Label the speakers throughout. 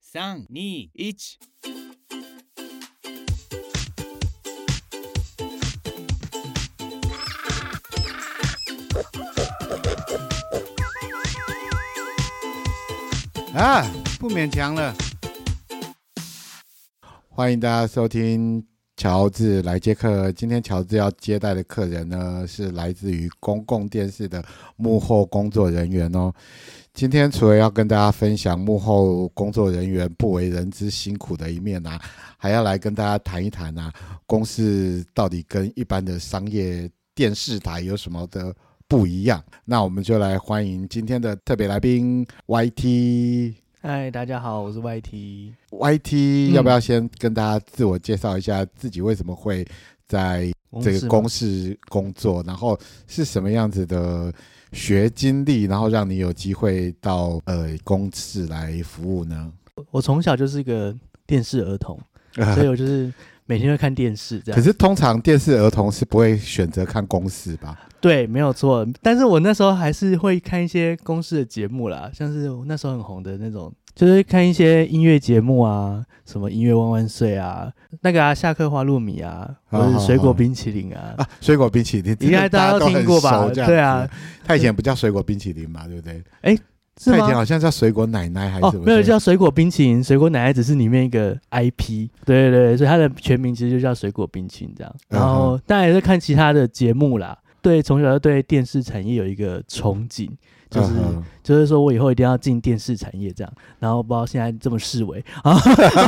Speaker 1: 四、三、二、一。
Speaker 2: 啊，不勉强了。欢迎大家收听乔治来接客。今天乔治要接待的客人呢，是来自于公共电视的幕后工作人员哦。今天除了要跟大家分享幕后工作人员不为人知辛苦的一面啊，还要来跟大家谈一谈啊，公司到底跟一般的商业电视台有什么的不一样。那我们就来欢迎今天的特别来宾 YT。
Speaker 3: 嗨，大家好，我是 YT。
Speaker 2: YT
Speaker 3: 嗯
Speaker 2: 要不要先跟大家自我介绍一下自己为什么会在这个公司工作，然后是什么样子的学经历，然后让你有机会到呃公司来服务呢？
Speaker 3: 我从小就是一个电视 儿童，所以我就是每天会看电视这
Speaker 2: 可
Speaker 3: 样。
Speaker 2: 是通常电视儿童是不会选择看公司 吧？
Speaker 3: 对，没有错。但是我那时候还是会看一些公司的节目啦，像是我那时候很红的那种，就是看一些音乐节目啊，什么音乐万万岁啊，那个啊下课花露米啊，
Speaker 2: 好
Speaker 3: 或者
Speaker 2: 好
Speaker 3: 是水果
Speaker 2: 好
Speaker 3: 冰淇淋啊。
Speaker 2: 啊，水果冰淇淋
Speaker 3: 应该
Speaker 2: 大
Speaker 3: 大家
Speaker 2: 都
Speaker 3: 都
Speaker 2: 很
Speaker 3: 听过吧？
Speaker 2: 熟这样
Speaker 3: 对啊
Speaker 2: 子，，它以前不叫水果冰淇淋嘛，对不对？
Speaker 3: 是
Speaker 2: 它以前
Speaker 3: 吗？
Speaker 2: 好像叫水果奶奶还是
Speaker 3: 哦
Speaker 2: 什么？，
Speaker 3: 没有叫水果冰淇淋，水果奶奶只是里面一个 IP，对对对，所以它的全名其实就叫水果冰淇淋这样。然
Speaker 2: 嗯
Speaker 3: 后当然也是看其他的节目啦，对，从小就对电视产业有一个憧憬，就是、
Speaker 2: 嗯哼
Speaker 3: 就是说我以后一定要进电视产业这样。然后不知道现在这么视为啊，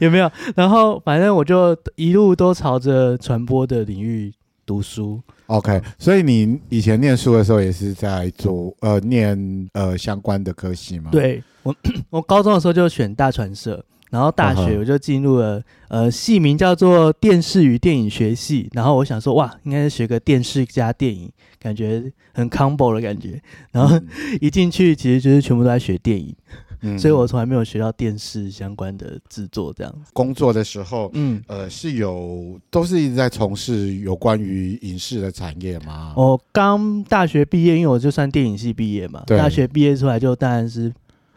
Speaker 3: 有没有？然后反正我就一路都朝着传播的领域读书，
Speaker 2: OK，所以你以前念书的时候也是在做呃念呃相关的科系吗？，嗯
Speaker 3: 对我，我高中的时候就选大传社，然后大
Speaker 2: 嗯
Speaker 3: 学
Speaker 2: 哼
Speaker 3: 我就进入了、呃系名叫做电视与电影学系，然后我想说哇，应该是学个电视加电影，感觉很 combo 的感觉。然后一进去其实就是全部都在学电影，
Speaker 2: 嗯
Speaker 3: 所以我从来没有学到电视相关的制作这样子。
Speaker 2: 工作的时候
Speaker 3: 嗯，
Speaker 2: 呃是有都是一直在从事有关于影视的产业吗？，
Speaker 3: 我刚大学毕业，因为我就算电影系毕业嘛，
Speaker 2: 对
Speaker 3: 大学毕业出来就当然是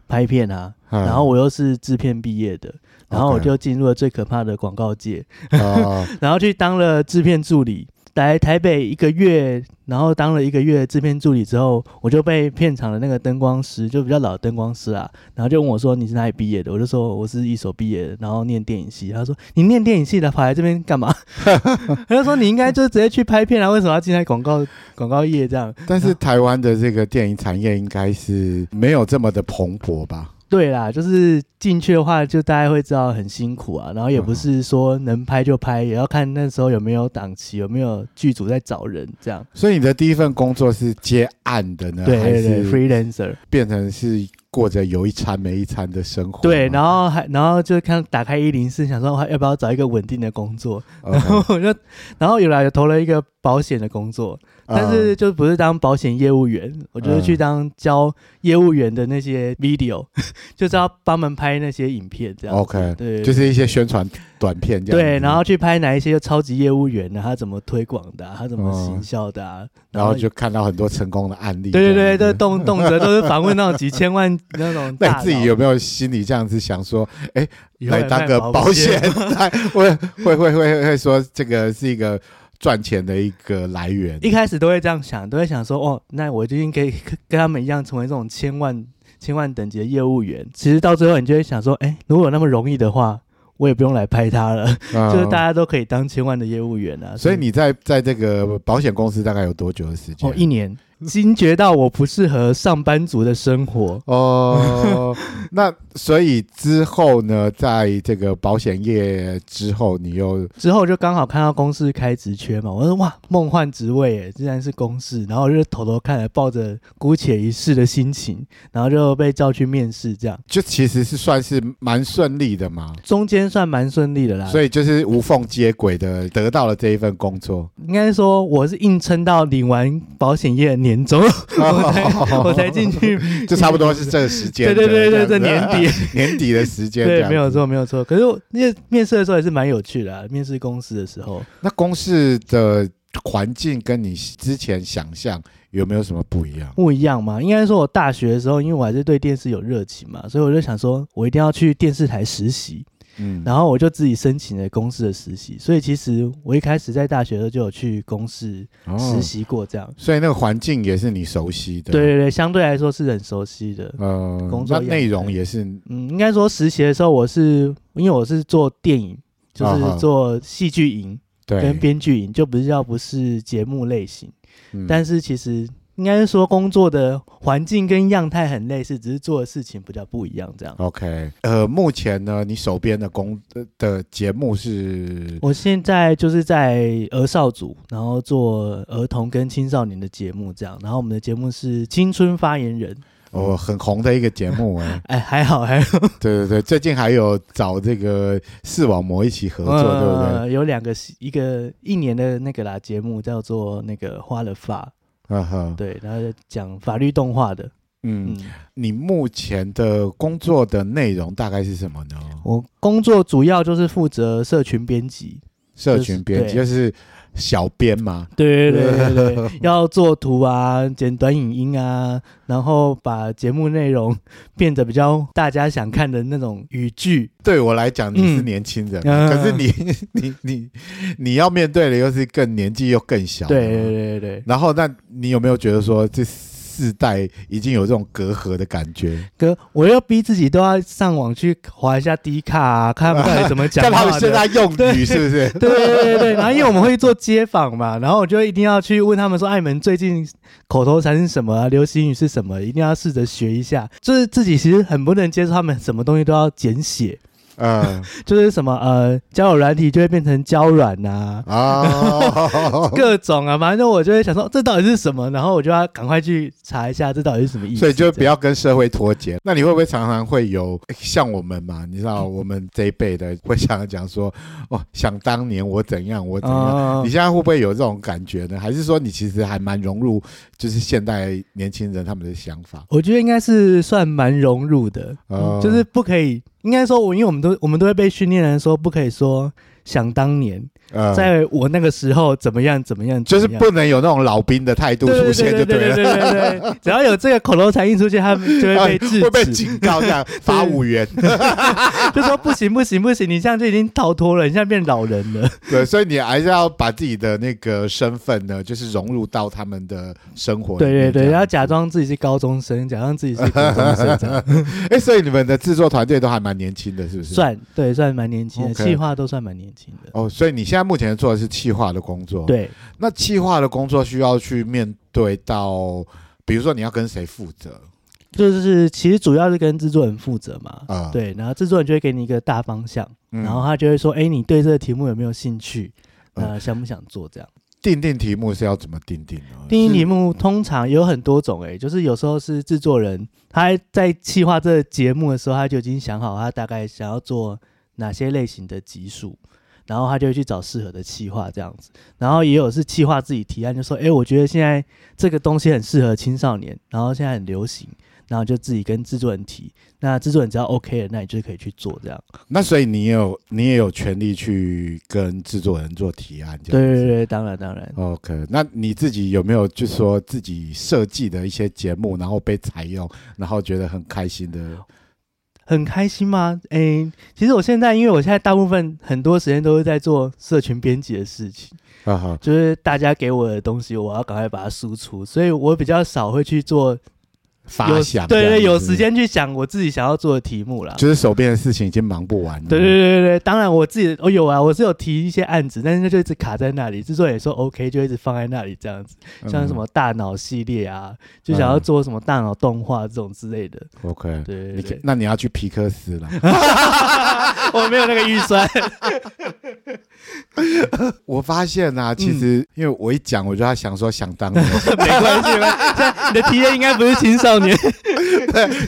Speaker 3: 拍片啊，然后我又是制片毕业的，然后我
Speaker 2: 嗯 OK
Speaker 3: 就进入了最可怕的广告界，
Speaker 2: 啊
Speaker 3: 然后去当了制片助理，来台北一个月，然后当了一个月制片助理之后，我就被片场的那个灯光师，就比较老的灯光师啊，然后就问我说你是哪里毕业的？我就说我是一所毕业的，然后念电影系。他说你念电影系的跑来这边干嘛？ 他就说你应该就直接去拍片啊，为什么要进来广告广告业这样？
Speaker 2: 但是台湾的这个电影产业应该是没有这么的蓬勃吧？
Speaker 3: 对啦，就是进去的话，就大家会知道很辛苦啊，然后也不是说能拍就拍，也要看那时候有没有档期，有没有剧组在找人这样。
Speaker 2: 所以你的第一份工作是接案的呢，
Speaker 3: 对对对
Speaker 2: 呃还是
Speaker 3: ，freelancer，
Speaker 2: 变成是过着有一餐没一餐的生活吗？
Speaker 3: 对，然后还然后就看打开一零四，想说哇要不要找一个稳定的 工作，然
Speaker 2: OK，
Speaker 3: 后我就然后有来有投了一个保险的工作，
Speaker 2: 啊
Speaker 3: 但是就不是当保险业务员，我就是去当教业务员的那些 video，、就是 要帮忙拍那些影片这
Speaker 2: 嗯
Speaker 3: 样。
Speaker 2: OK，
Speaker 3: 对，
Speaker 2: 就是一些宣传短片这样子。
Speaker 3: 对，然后去拍哪一些超级业务员呢？他怎么推广的啊、他怎么行销的啊？
Speaker 2: 哦然后就看到很多成功的案例。
Speaker 3: 对对对，
Speaker 2: 这样
Speaker 3: 都
Speaker 2: 子。
Speaker 3: 动动辄都是访问那种几千万那种 大
Speaker 2: 那
Speaker 3: 佬。
Speaker 2: 你自己有没有心里这样子想说，
Speaker 3: 以后
Speaker 2: 来
Speaker 3: 也
Speaker 2: 当
Speaker 3: 卖
Speaker 2: 个保
Speaker 3: 保
Speaker 2: 险，来 会会会会会说这个是一个赚钱的一个来源？
Speaker 3: 一开始都会这样想，都会想说，哦，那我最近可以 跟他们一样成为这种千万千万等级的业务员。其实到最后，你就会想说，哎、如果有那么容易的话，我也不用来拍他了，
Speaker 2: 嗯
Speaker 3: 就是大家都可以当千万的业务员啊。
Speaker 2: 所以你在在这个保险公司大概有多久的时间？
Speaker 3: 哦，一年惊觉到我不适合上班族的生活。
Speaker 2: 哦， 那所以之后呢，在这个保险业之后，你又
Speaker 3: 之后就刚好看到公司开职缺嘛，我说哇，梦幻职位耶，竟然是公司，然后我就偷偷看了，抱着姑且一试的心情，然后就被叫去面试，这样
Speaker 2: 就其实是算是蛮顺利的嘛，
Speaker 3: 中间算蛮顺利的啦。
Speaker 2: 所以就是无缝接轨 的得到了这一份工作。
Speaker 3: 应该说我是硬撑到领完保险业的年 终，我才我才进去，
Speaker 2: 就差不多是这个时间，
Speaker 3: 对对对对对，
Speaker 2: 这样
Speaker 3: 年
Speaker 2: 子
Speaker 3: 底。
Speaker 2: 年底的时间，这
Speaker 3: 对，
Speaker 2: 样
Speaker 3: 没有
Speaker 2: 子。
Speaker 3: 错，没有错。可是我面面试的时候也是蛮有趣的、啊，面试公司的时候，
Speaker 2: 那公司的环境跟你之前想象有没有什么不一样？
Speaker 3: 不一样嘛。应该说，我大学的时候，因为我还是对电视有热情嘛，所以我就想说，我一定要去电视台实习。
Speaker 2: 嗯，
Speaker 3: 然后我就自己申请了公司的实习，所以其实我一开始在大学的时候就有去公司
Speaker 2: 哦
Speaker 3: 实习过，这样。
Speaker 2: 所以那个环境也是你熟悉的。
Speaker 3: 对，对对，相对来说是很熟悉的。
Speaker 2: 呃，
Speaker 3: 工
Speaker 2: 那
Speaker 3: 作样态
Speaker 2: 内容也是
Speaker 3: 嗯，应该说实习的时候，我是因为我是做电影，就
Speaker 2: 啊哈
Speaker 3: 是做戏剧营
Speaker 2: 对
Speaker 3: 跟，编剧营，就比较不是节目类型。
Speaker 2: 嗯
Speaker 3: 但是其实应该是说工作的环境跟样态很类似，只是做的事情比较不一样这样。
Speaker 2: OK，呃，目前呢，你手边的工呃的节目是
Speaker 3: 我现在就是在儿少组，然后做儿童跟青少年的节目这样，然后我们的节目是青春发言人，，
Speaker 2: 哦很红的一个节目哎
Speaker 3: 哎，还好还好，
Speaker 2: 对对对，最近还有找这个视网膜一起合作，对不对？
Speaker 3: 呃有两个一个一年的那个啦节目叫做那个花了发，
Speaker 2: 嗯哼，
Speaker 3: 对，然后讲法律动画的，
Speaker 2: 嗯
Speaker 3: 嗯，，
Speaker 2: 你目前的工作的内容大概是什么呢？
Speaker 3: 我工作主要就是负责社群编辑，
Speaker 2: 社群编辑
Speaker 3: 就
Speaker 2: 就是小编嘛，
Speaker 3: 对对对对对， 要做图啊，剪短影音啊，然后把节目内容 变得比较大家想看的那种语句。
Speaker 2: 对我来讲，你是
Speaker 3: 嗯
Speaker 2: 年轻人，
Speaker 3: 嗯
Speaker 2: 可是你 你你你要面对的又是更年纪又更小，
Speaker 3: 对对对对对，
Speaker 2: 然后，那你有没有觉得说这世代已经有这种隔阂的感觉？
Speaker 3: 哥，我要逼自己都要上网去划一下 D 卡、啊，看他们到底怎么 讲
Speaker 2: 看他
Speaker 3: 话
Speaker 2: 们现在
Speaker 3: 的。
Speaker 2: 用语是不 是？
Speaker 3: 对对对对对，然后因为我们会做街访嘛，然后我就一定要去问他们说，哎，你们最近口头禅是什么啊？流行语是什么？一定要试着学一下。就是自己其实很不能接受他们什么东西都要简写，
Speaker 2: 嗯
Speaker 3: 就是什么呃，交友软体就会变成胶软呐，
Speaker 2: 啊，
Speaker 3: 各种啊，反正我就会想说这到底是什么，然后我就要赶快去查一下这到底是什么意思。
Speaker 2: 所以就不
Speaker 3: 这样
Speaker 2: 要跟社会脱节。那你会不会常常会有诶像我们嘛？你知
Speaker 3: 嗯
Speaker 2: 道我们这一辈的会想要讲说，哦，想当年我怎样我怎样。
Speaker 3: 哦
Speaker 2: 你现在会不会有这种感觉呢？还是说你其实还蛮融入，就是现代年轻人他们的想法？
Speaker 3: 我觉得应该是算蛮融入的，
Speaker 2: 哦
Speaker 3: 嗯就是不可以，应该说我因为我们都我们都会被训练人说不可以说想当年，
Speaker 2: 呃，
Speaker 3: 在我那个时候怎么样怎么样，
Speaker 2: 就是
Speaker 3: 怎么样
Speaker 2: 不能有那种老兵的态度
Speaker 3: 对
Speaker 2: 出
Speaker 3: 对
Speaker 2: 现
Speaker 3: 对
Speaker 2: 就
Speaker 3: 对
Speaker 2: 了。啊
Speaker 3: 对对对对，只要有这个口头禅一出现，他们就会被制止，
Speaker 2: 会被 警告 这样罚五元。
Speaker 3: 就说不行不行不行，你现在就已经逃脱了，你现在变老 人了。
Speaker 2: 对，所以你还是要把自己的那个身份呢，就是融入到他们的生活里
Speaker 3: 对对
Speaker 2: 面这
Speaker 3: 对，
Speaker 2: 样
Speaker 3: 要假装自己是高中生，假装自己是国中 生，这样
Speaker 2: 哎，所以你们的制作团队都还蛮年轻的，是不是？
Speaker 3: 算对算蛮年轻的，
Speaker 2: OK
Speaker 3: 企划都算蛮年轻的。
Speaker 2: 哦，所以你现在目前做的是企划的工作。，
Speaker 3: 对，
Speaker 2: 那企划的工作需要去面对到，比如说你要跟谁负责
Speaker 3: 就是其实主要是跟制作人负责嘛。
Speaker 2: 啊？，
Speaker 3: 对，然后制作人就会给你一个大方向，
Speaker 2: 嗯
Speaker 3: 然后他就会说：“哎，你对这个题目有没有兴趣？
Speaker 2: 嗯
Speaker 3: 呃，想不想做这样
Speaker 2: 定定题目是要怎么定定呢？？”
Speaker 3: 定义题
Speaker 2: 目
Speaker 3: 目通常有很多种，哎，就是有时候是制作人他在企划这个节目的时候，他就已经想好他大概想要做哪些类型的集数，然后他就会去找适合的企划这样子。然后也有是企划自己提案，就说：“哎，我觉得现在这个东西很适合青少年，然后现在很流行。”然后就自己跟制作人提，那制作人只要 OK 了，那你就可以去做这样。
Speaker 2: 那所以你也有你也有权利去跟制作人做提案，这
Speaker 3: 对
Speaker 2: 样子
Speaker 3: 对对，当然当然。
Speaker 2: OK，那你自己有没有就说自己设计的一些节目，然后被采用，然后觉得很开心的？
Speaker 3: 很开心吗？诶、其实我现在，因为我现在大部分很多时间都是在做社群编辑的事情，
Speaker 2: 啊哈，
Speaker 3: 就是大家给我的东西，我要赶快把它输出，所以我比较少会去做
Speaker 2: 发
Speaker 3: 有
Speaker 2: 想，
Speaker 3: 对
Speaker 2: 这样
Speaker 3: 对，
Speaker 2: 子嗯
Speaker 3: 有时，间去想我自己想要做的题目啦。
Speaker 2: 就是手边的事情已经忙不完了。
Speaker 3: 对对对对对，当然我自己我有啊，我是有提一些案子，但是那就一直卡在那里。之所以说 OK，就一直放在那里这样子，
Speaker 2: 嗯
Speaker 3: 像什么大脑系列啊，就想要做什么大脑动画这种之类的。
Speaker 2: OK，
Speaker 3: 对
Speaker 2: 你
Speaker 3: 对
Speaker 2: 可
Speaker 3: 对，
Speaker 2: 那你要去皮克斯了。
Speaker 3: 我没有那个预算。
Speaker 2: 我发现啊，
Speaker 3: 嗯
Speaker 2: 其实因为我一讲，我就在想说想当 年，
Speaker 3: 没关系，没关系。现在你的体验应该不是青少年。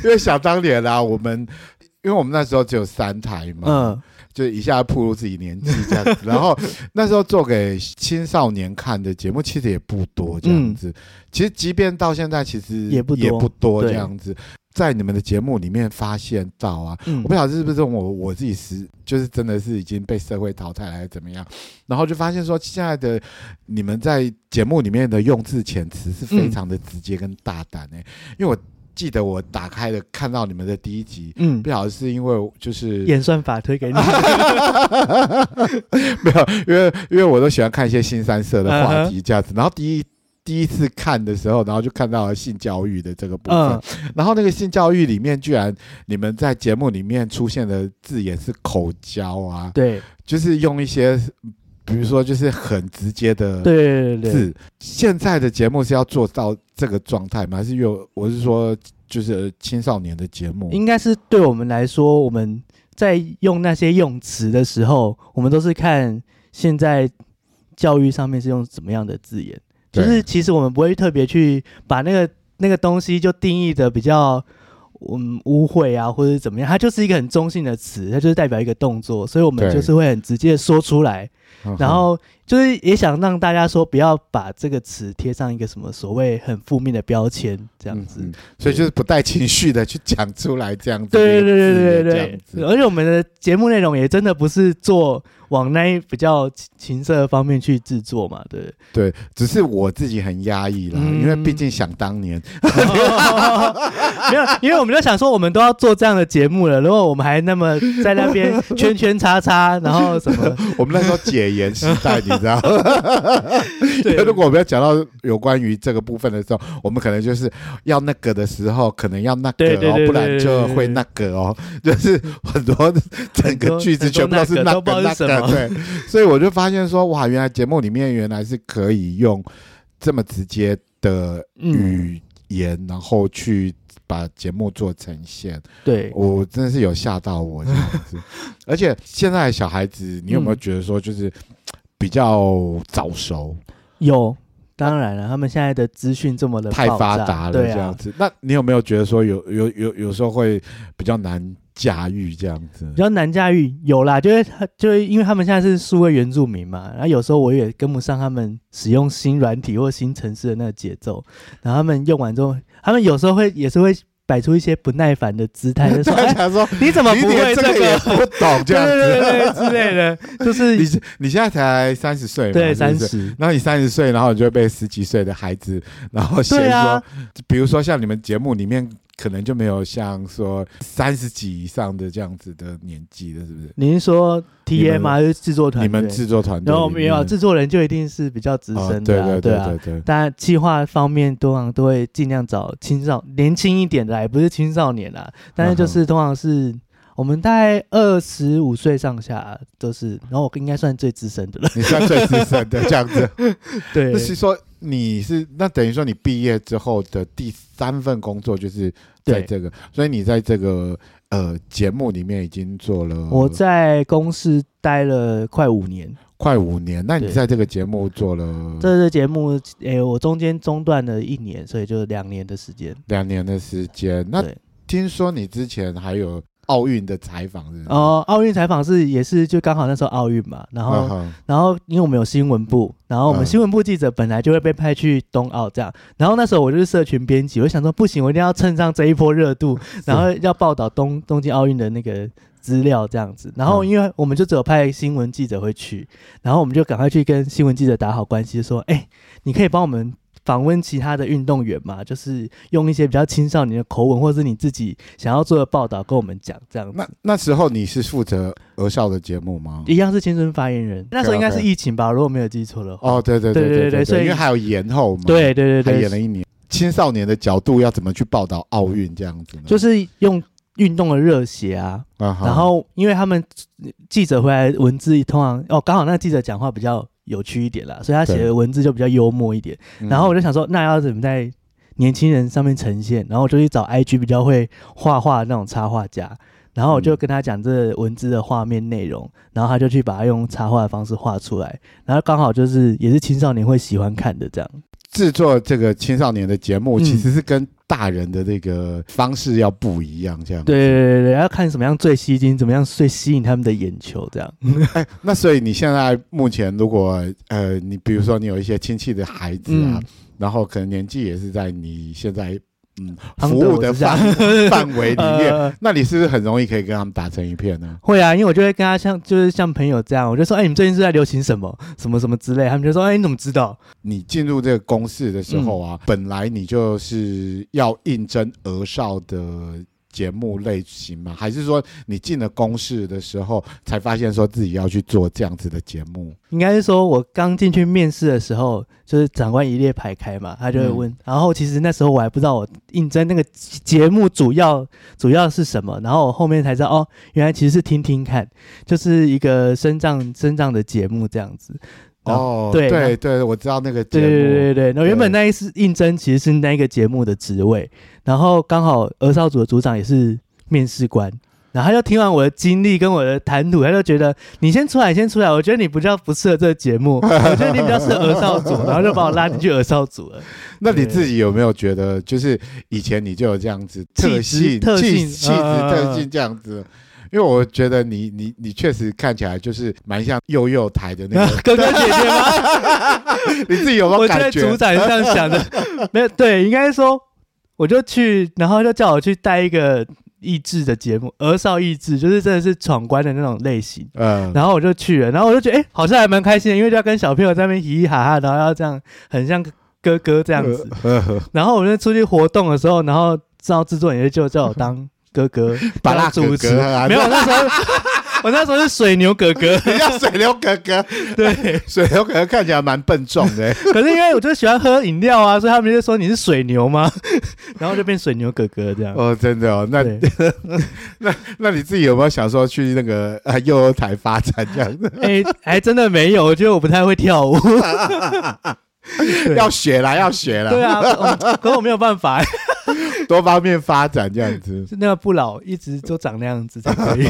Speaker 2: 因为想当年啊，我们因为我们那时候只有三台嘛，
Speaker 3: 嗯，
Speaker 2: 就一下暴露自己年纪这样 子。然后那时候做给青少年看的节目其实也不多这样子。其实即便到现在，其实
Speaker 3: 嗯也不多
Speaker 2: 也不多
Speaker 3: 对
Speaker 2: 这样子。在你们的节目里面发现到啊，
Speaker 3: 嗯
Speaker 2: 我不晓得是不是我我自己实就是真的是已经被社会淘汰了还是怎么样，然后就发现说现在的你们在节目里面的用字遣词是非常的直接跟大胆诶、因为我记得我打开了看到你们的第一集，
Speaker 3: 嗯
Speaker 2: 不，晓得是因为就是
Speaker 3: 演算法推给你。
Speaker 2: 没有，因为因为我都喜欢看一些新三色的话
Speaker 3: 嗯
Speaker 2: 题这样子。然后第一第一次看的时候，然后就看到了性教育的这个部分。
Speaker 3: 嗯
Speaker 2: 然后那个性教育里面，居然你们在节目里面出现的字眼是口交啊，
Speaker 3: 对
Speaker 2: 就是用一些比如说就是很直接的
Speaker 3: 对对对对，
Speaker 2: 字。现在的节目是要做到这个状态吗？还是有？我是说，就是青少年的节目。
Speaker 3: 应该是对我们来说，我们在用那些用词的时候，我们都是看现在教育上面是用怎么样的字眼，就
Speaker 2: 对
Speaker 3: 是其实我们不会特别去把那个那个东西就定义的比较。嗯，污秽啊，或者是怎么样，它就是一个很中性的词，它就是代表一个动作，所以我们
Speaker 2: 对
Speaker 3: 就是会很直接地说出来。
Speaker 2: 嗯哼
Speaker 3: 然后就是也想让大家说，不要把这个词贴上一个什么所谓很负面的标签，这样子。
Speaker 2: 嗯嗯所以就是不带情绪的去讲出来这样子的
Speaker 3: 对
Speaker 2: 一个字
Speaker 3: 对
Speaker 2: 眼，
Speaker 3: 对对
Speaker 2: 这样
Speaker 3: 对
Speaker 2: 子
Speaker 3: 对，而且我们的节目内容也真的不是做往那一比较情情色方面去制作嘛，对。
Speaker 2: 对，只是我自己很压抑啦，
Speaker 3: 嗯
Speaker 2: 因为毕竟想当年，
Speaker 3: 没有，因为我们就想说，我们都要做这样的节目了，如果我们还那么在那边圈圈叉叉，然后什 么，
Speaker 2: 我们那时候解严时代，你知道？因
Speaker 3: 对
Speaker 2: 为如果我们要讲到有关于这个部分的时候，我们可能就是要那个的时候，可能要那个
Speaker 3: 对对
Speaker 2: 哦
Speaker 3: 对，对
Speaker 2: 不然就会那个哦，就是很多整个句子全部都是那
Speaker 3: 很多
Speaker 2: 个
Speaker 3: 那
Speaker 2: 那
Speaker 3: 个都
Speaker 2: 个，
Speaker 3: 不知道
Speaker 2: 对。所以我就发现说，哇，原来节目里面原来是可以用这么直接的
Speaker 3: 嗯，
Speaker 2: 语言，然后去把节目做呈现。
Speaker 3: 对，
Speaker 2: 我真的是有吓到我这样子，而且现在的小孩子，你有没有
Speaker 3: 嗯
Speaker 2: 觉得说就是比较早熟，
Speaker 3: 有，当然了，他们现在的资讯这么的
Speaker 2: 太
Speaker 3: 爆
Speaker 2: 发
Speaker 3: 炸
Speaker 2: 达了
Speaker 3: 对
Speaker 2: 这
Speaker 3: 啊
Speaker 2: 样，子？那你有没有觉得说有有有有时候会比较难驾驭这样子
Speaker 3: 比？较难驾驭，有啦，就是他就是因为他们现在是数位原住民嘛，然后有时候我也跟不上他们使用新软体或新城市的那个节奏，然后他们用完之后，他们有时候会也是会摆出一些不耐烦的姿态，就说：“
Speaker 2: 他
Speaker 3: 哎，
Speaker 2: 想说
Speaker 3: 你怎么
Speaker 2: 你
Speaker 3: 不会
Speaker 2: 连
Speaker 3: 这
Speaker 2: 这个也
Speaker 3: 个？”
Speaker 2: 不懂这
Speaker 3: 对
Speaker 2: 样
Speaker 3: 对对
Speaker 2: 子？
Speaker 3: 对对之类的，就 是
Speaker 2: 你你现在才三十岁嘛？
Speaker 3: 对
Speaker 2: 是不
Speaker 3: 三
Speaker 2: 是
Speaker 3: 十，
Speaker 2: 然后你三十岁，然后你就会被十几岁的孩子，然后先
Speaker 3: 对
Speaker 2: 说，
Speaker 3: 啊
Speaker 2: 比如说像你们节目里面，可能就没有像说三十几以上的这样子的年纪的，是不是？
Speaker 3: 您说 T M 啊，就是制作团
Speaker 2: 你们
Speaker 3: 队
Speaker 2: 制作团队里面，
Speaker 3: 然后没有制作人就一定是比较资
Speaker 2: 哦
Speaker 3: 深
Speaker 2: 对
Speaker 3: 的啊，
Speaker 2: 对
Speaker 3: 啊
Speaker 2: 对，对，
Speaker 3: 当然，企划方面通常都会尽量找青少年轻一点的啦，也不是青少年啦，但是就是通常是我们大概二十五岁上下都是，
Speaker 2: 嗯
Speaker 3: 然后我应该算最资深 的了。
Speaker 2: 你算最资深的这样子。
Speaker 3: 对
Speaker 2: 那是说你是那等于说你毕业之后的第三份工作就是在
Speaker 3: 对
Speaker 2: 这个，所以你在这个呃节目里面已经做了
Speaker 3: 我在公司待了快五年，
Speaker 2: 快五年，那你
Speaker 3: 对
Speaker 2: 在这个节目做了
Speaker 3: 这个节目诶、我中间中断了一年，所以就两年的时间。
Speaker 2: 两年的时间，那
Speaker 3: 对
Speaker 2: 听说你之前还有奥运的采访是不是？
Speaker 3: 哦，奥运采访是也是就刚好那时候奥运嘛，然后
Speaker 2: 嗯哼
Speaker 3: 然后因为我们有新闻部，然后我们
Speaker 2: 嗯
Speaker 3: 新闻部记者本来就会被派去冬奥这样，然后那时候我就是社群编辑，我就想说不行，我一定要趁上这一波热度，然后要报道东东京奥运的那个资料这样
Speaker 2: 嗯
Speaker 3: 子，然后因为我们就只有派新闻记者会去，然后我们就赶快去跟新闻记者打好关系，就说哎、你可以帮我们。访问其他的运动员嘛，就是用一些比较青少年的口吻，或者是你自己想要做的报道，跟我们讲这样子。
Speaker 2: 嗯那那时候你是负责儿少的节目吗？
Speaker 3: 一样是青春发言人，那时候应该是
Speaker 2: OK，OK
Speaker 3: 疫情吧，如果没有记错的话。
Speaker 2: 哦，对对
Speaker 3: 对对
Speaker 2: 对
Speaker 3: 对所以
Speaker 2: 因为还有延后嘛，
Speaker 3: 对对对
Speaker 2: 还
Speaker 3: 对
Speaker 2: 延，了一年。青少年的角度要怎么去报道奥运这样子呢？
Speaker 3: 就是用运动的热血啊，
Speaker 2: 啊哈，
Speaker 3: 然后因为他们记者回来文字通常哦，刚好那个记者讲话比较有趣一点啦，所以他写
Speaker 2: 对
Speaker 3: 的文字就比较幽默一点。
Speaker 2: 嗯
Speaker 3: 然后我就想说，那要怎么在年轻人上面呈现？然后我就去找 IG 比较会画画的那种插画家，然后我就跟他讲这文字的画面内容，然后他就去把它用插画的方式画出来，然后刚好就是也是青少年会喜欢看的这样。
Speaker 2: 制作这个青少年的节目，
Speaker 3: 嗯
Speaker 2: 其实是跟大人的这个方式要不一样，这样子
Speaker 3: 对对对对，要看怎么样最吸睛，怎么样最吸引他们的眼球这样。
Speaker 2: 哎，那所以你现在目前如果呃，你比如说你有一些亲戚的孩子啊，
Speaker 3: 嗯，
Speaker 2: 然后可能年纪也是在你现在嗯
Speaker 3: 安
Speaker 2: 服
Speaker 3: 德
Speaker 2: 务的
Speaker 3: 我知道
Speaker 2: 范 范围里面，
Speaker 3: 呃，
Speaker 2: 那你是不是很容易可以跟他们打成一片呢？
Speaker 3: 会啊，因为我就会跟他像就是像朋友这样，我就说，哎、你们最近是在流行什么什么什么之类，他们就说，哎、你怎么知道？
Speaker 2: 你进入这个公式的时候
Speaker 3: 嗯
Speaker 2: 啊，本来你就是要应征儿少的节目类型吗？还是说你进了公式的时候才发现说自己要去做这样子的节目？
Speaker 3: 应该是说，我刚进去面试的时候，就是长官一列排开嘛，他就会
Speaker 2: 嗯
Speaker 3: 问。然后其实那时候我还不知道我应征那个节目主要主要是什么，然后我后面才知道哦，原来其实是听听看，就是一个声障声障的节目这样子。啊
Speaker 2: 哦，
Speaker 3: 对
Speaker 2: 对对，我知道那个节
Speaker 3: 对
Speaker 2: 目，
Speaker 3: 对对对对，那原本
Speaker 2: 对
Speaker 3: 那一次应征其实是那一个节目的职位，然后刚好儿少组的组长也是面试官，然后他就听完我的经历跟我的谈吐，他就觉得你先出来，你先出来，我觉得你比较不适合这个节 目，我觉得你比较适合儿少组，然后就把我拉进去儿少组了。
Speaker 2: 那你自己有没有觉得，就是以前你就有这样子特性、
Speaker 3: 气质特性
Speaker 2: 气气质、
Speaker 3: 嗯
Speaker 2: 特性这样子？因为我觉得你你你确实看起来就是蛮像幼幼台的 那个，
Speaker 3: 哥哥姐姐吗？
Speaker 2: 你自己有没有
Speaker 3: 嗯我觉得
Speaker 2: 感
Speaker 3: 组
Speaker 2: 觉？
Speaker 3: 长是这样想的，没有对，应该说我就去，然后就叫我去带一个益智的节目，儿少益智，就是真的是闯关的那种类型。
Speaker 2: 嗯，
Speaker 3: 然后我就去了，然后我就觉得哎、诶好像还蛮开心的，因为就要跟小朋友在那边嘻嘻哈哈，然后要这样很像哥哥 这样子。
Speaker 2: 呃
Speaker 3: 然后我就出去活动的时候，然后知道制作人就叫我当 哥哥，
Speaker 2: 巴拉
Speaker 3: 当主
Speaker 2: 哥
Speaker 3: 持。
Speaker 2: 哥啊，
Speaker 3: 没有，我那时候 我那时候是水牛哥哥，
Speaker 2: 人家水流哥哥，
Speaker 3: 对。
Speaker 2: 水流哥哥看起来蛮笨重的。
Speaker 3: 可是因为我就喜欢喝饮料啊，所以他们就说你是水牛吗？ 然后就变水牛哥哥这样。
Speaker 2: 哦，真的哦，那
Speaker 3: 嗯对，
Speaker 2: 那你自己有没有想说去那个呃幼儿台发展这样子？
Speaker 3: 哎、还真的没有，我觉得我不太会 跳舞。对
Speaker 2: 要学啦，要学
Speaker 3: 对
Speaker 2: 啦，
Speaker 3: 啊，嗯可我没有办法、
Speaker 2: 多方面发展这样子。
Speaker 3: 就那个不老一直就长那样子 才可以。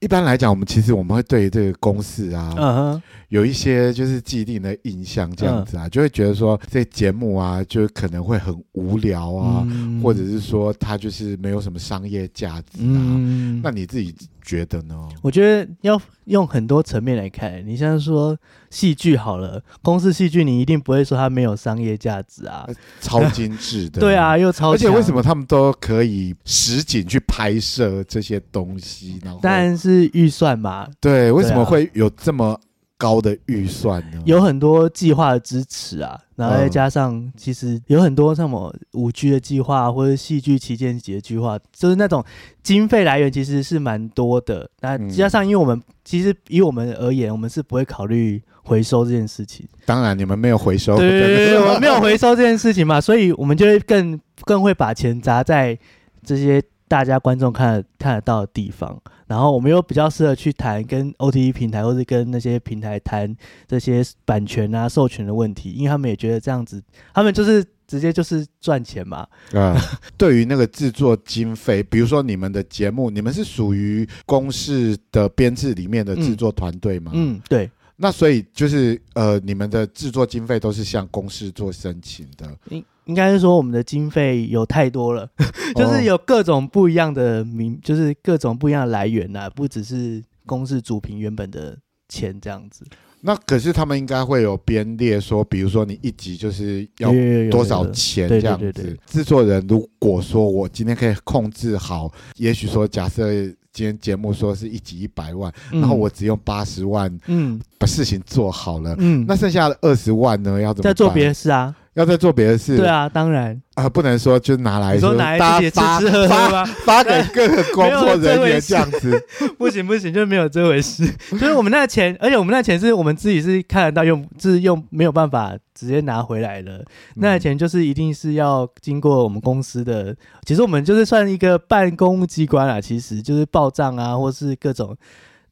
Speaker 2: 一般来讲，我们其实我们会对这个公式啊，
Speaker 3: 嗯哼，
Speaker 2: 有一些就是既定的印象这样子
Speaker 3: 嗯
Speaker 2: 啊，就会觉得说这节目啊，就可能会很无聊啊，
Speaker 3: 嗯
Speaker 2: 或者是说它就是没有什么商业价值啊。
Speaker 3: 嗯，
Speaker 2: 那你自己觉得呢？
Speaker 3: 我觉得要用很多层面来看。你像说戏剧好了，公式戏剧你一定不会说它没有商业价值啊。
Speaker 2: 超精致的，
Speaker 3: 对啊，。又超
Speaker 2: 呃而且
Speaker 3: 强
Speaker 2: 为什？么他们都可以实景去拍摄这些东西？然后，
Speaker 3: 当然是预算嘛，
Speaker 2: 对，为什么
Speaker 3: 对啊
Speaker 2: 会有这么高的预算呢？
Speaker 3: 有很多计划的支持啊，
Speaker 2: 嗯
Speaker 3: 然后再加上其实有很多像什么五 G 的计划或者戏剧旗舰级的计划，就是那种经费来源其实是蛮多的。那
Speaker 2: 嗯
Speaker 3: 加上因为我们其实以我们而言，我们是不会考虑回收这件事情。
Speaker 2: 当然，你们没有回收，
Speaker 3: 对对对对，
Speaker 2: 真的
Speaker 3: 我们没有回收这件事情嘛，所以我们就会更更会把钱砸在这些大家观众看得看得到的地方，然后我们又比较适合去谈跟 OTT 平台或者跟那些平台谈这些版权啊授权的问题，因为他们也觉得这样子，他们就是直接就是赚钱嘛，
Speaker 2: 啊、 对于那个制作经费，比如说你们的节目，你们是属于公视的编制里面的制作团队吗？，
Speaker 3: 嗯，对，
Speaker 2: 那所以就是呃，你们的制作经费都是向公视做申请的，
Speaker 3: 应应该是说我们的经费有太多了，
Speaker 2: 哦
Speaker 3: 就是有各种不一样的名，就是各种不一样的来源呐、不只是公式主屏原本的钱这样子。
Speaker 2: 那可是他们应该会有编列说，比如说你一集就是要
Speaker 3: 有有嗯有有
Speaker 2: 多少
Speaker 3: 有
Speaker 2: 钱
Speaker 3: 对
Speaker 2: 这
Speaker 3: 对
Speaker 2: 样
Speaker 3: 对对
Speaker 2: 子。制作人如果说我今天可以控制好，也许说假设今天节目说是一集一百万，然后我只用八十万
Speaker 3: 嗯
Speaker 2: 把事情做好了，
Speaker 3: 嗯，
Speaker 2: 那剩下的二十万呢要怎么
Speaker 3: 在做
Speaker 2: 办
Speaker 3: 别的事啊，
Speaker 2: 要再做别的事，
Speaker 3: 对啊，当然，
Speaker 2: 啊，不能说就拿来
Speaker 3: 你说拿来
Speaker 2: 大
Speaker 3: 自己吃
Speaker 2: 家
Speaker 3: 吃喝喝
Speaker 2: 发
Speaker 3: 吗？
Speaker 2: 发发给各个工作
Speaker 3: 没有这
Speaker 2: 人
Speaker 3: 回
Speaker 2: 员
Speaker 3: 事
Speaker 2: 这样子，
Speaker 3: 不行不行，就没有这回 事。就是我们那个钱，而且我们那个钱是我们自己是看得到用，是用没有办法直接拿回来的。
Speaker 2: 嗯
Speaker 3: 那个钱就是一定是要经过我们公司的，其实我们就是算一个办公务机关啦，其实就是报账啊，或是各种